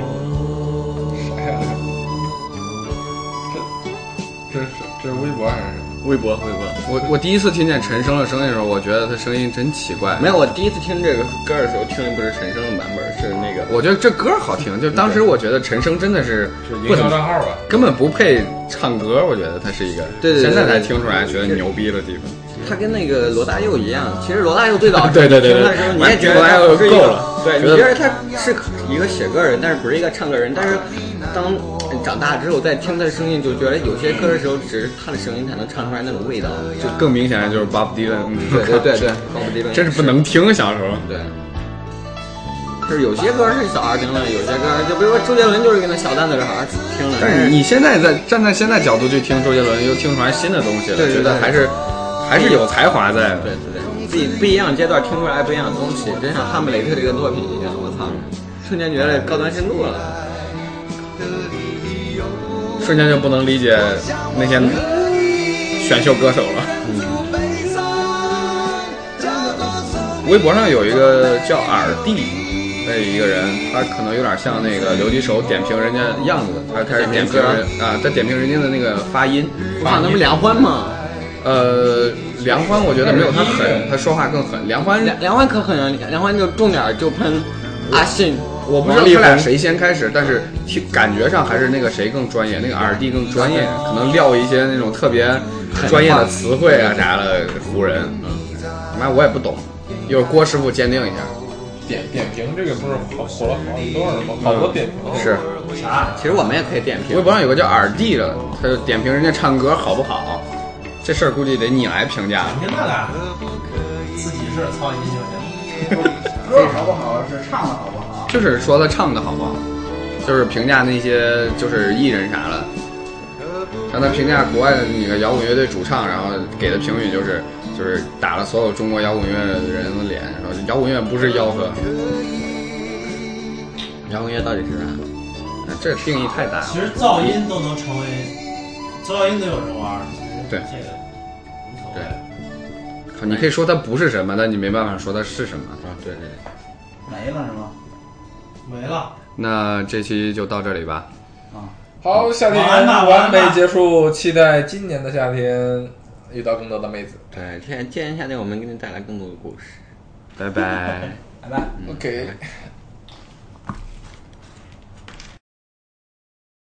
[SPEAKER 4] 这是这是微博还是？
[SPEAKER 1] 微博，
[SPEAKER 2] 微博。
[SPEAKER 1] 我我第一次听见陈升的声音的时候，我觉得他声音真奇怪。
[SPEAKER 2] 没有，我第一次听这个歌的时候，听的不是陈升的版本，是那个
[SPEAKER 1] 我觉得这歌好听，就当时我觉得陈升真的是
[SPEAKER 4] 是
[SPEAKER 1] 不怎
[SPEAKER 4] 营销
[SPEAKER 1] 么
[SPEAKER 4] 账号吧？
[SPEAKER 1] 根本不配唱歌，我觉得他是一个，
[SPEAKER 2] 对对对
[SPEAKER 1] 现在才
[SPEAKER 2] 对对
[SPEAKER 1] 听出来觉得
[SPEAKER 2] 是
[SPEAKER 1] 牛逼的地方。
[SPEAKER 2] 他跟那个罗大佑一样，其实罗大佑最早
[SPEAKER 1] 啊 对对对
[SPEAKER 2] 听
[SPEAKER 1] 对
[SPEAKER 2] 的时候，你
[SPEAKER 1] 完
[SPEAKER 2] 也觉得
[SPEAKER 1] 罗大
[SPEAKER 2] 他
[SPEAKER 1] 佑
[SPEAKER 2] 是一个
[SPEAKER 1] 够了
[SPEAKER 2] 对，你
[SPEAKER 1] 觉得
[SPEAKER 2] 觉得他是一个写歌人，但是不是一个唱歌人。但是当长大之后再听他的声音，就觉得有些歌的时候，只是他的声音才能唱出来那种味道。
[SPEAKER 1] 就更明显的就是 Bob Dylan，嗯
[SPEAKER 2] 对对对对，鲍勃迪 伦
[SPEAKER 1] 真是不能听，小时候。
[SPEAKER 2] 对。就是有些歌是小孩听的，有些歌就比如说周杰伦就是跟那小蛋子小孩听的。
[SPEAKER 1] 但是你现在在站在现在角度去听周杰伦，又听出来新的东西了，
[SPEAKER 2] 对对
[SPEAKER 1] 觉得
[SPEAKER 2] 对
[SPEAKER 1] 还是还是有才华在的。
[SPEAKER 2] 对对对，自己不一样阶段听出来不一样的东西，真像哈姆雷特这个作品一样，我操，瞬间觉得高端深度了。
[SPEAKER 1] 瞬间就不能理解那些选秀歌手了。微博上有一个叫耳弟的一个人，他可能有点像那个刘几手点评人家样子，他他是点评人啊，他点评人家的那个发音，
[SPEAKER 2] 我操，那不梁欢吗？
[SPEAKER 1] 呃，梁欢我觉得没有他狠，他说话更狠。梁欢
[SPEAKER 2] 梁梁欢可狠了，梁欢就重点就喷阿信，
[SPEAKER 1] 我不知道
[SPEAKER 2] 王力
[SPEAKER 1] 他俩
[SPEAKER 2] 宏
[SPEAKER 1] 谁先开始，但是听感觉上还是那个谁更专业，那个耳弟更专业，可能撂一些那种特别专业的词汇啊啥的唬人。嗯，妈我也不懂，一会儿郭师傅鉴定一下。
[SPEAKER 4] 点点评这个不是好火了好多少吗？好多点评
[SPEAKER 1] 是，
[SPEAKER 5] 啥？
[SPEAKER 2] 其实我们也可以点
[SPEAKER 1] 微
[SPEAKER 2] 评。
[SPEAKER 1] 博上有个叫耳弟的，他就点评人家唱歌好不好，这事儿估计得你来评价了。
[SPEAKER 5] 肯定的啦，啊自己事儿操心就行。
[SPEAKER 3] 歌好不好是唱的好不好。
[SPEAKER 1] 就是说他唱的好不好，就是评价那些就是艺人啥的，让他评价国外的那个摇滚乐队主唱，然后给的评语就是就是打了所有中国摇滚乐的人的脸，然后摇滚乐不是吆喝，
[SPEAKER 2] 摇滚乐到底是啥？
[SPEAKER 1] 这定义太大了。
[SPEAKER 5] 其实噪音都能成为，噪音都有人玩儿。
[SPEAKER 1] 对
[SPEAKER 5] 这个无所谓。
[SPEAKER 1] 你可以说它不是什么，但你没办法说它是什么。
[SPEAKER 2] 啊，对对对，
[SPEAKER 3] 没了是吗？
[SPEAKER 5] 没了，
[SPEAKER 1] 那这期就到这里吧。
[SPEAKER 4] 好，夏天
[SPEAKER 5] 晚安吧晚
[SPEAKER 4] 完
[SPEAKER 5] 安吧
[SPEAKER 4] 美结束，期待今年的夏天遇到更多的妹子。
[SPEAKER 2] 对，现在今年夏天我们给你带来更多的故事。
[SPEAKER 1] 拜拜。
[SPEAKER 3] 拜拜。
[SPEAKER 4] OK，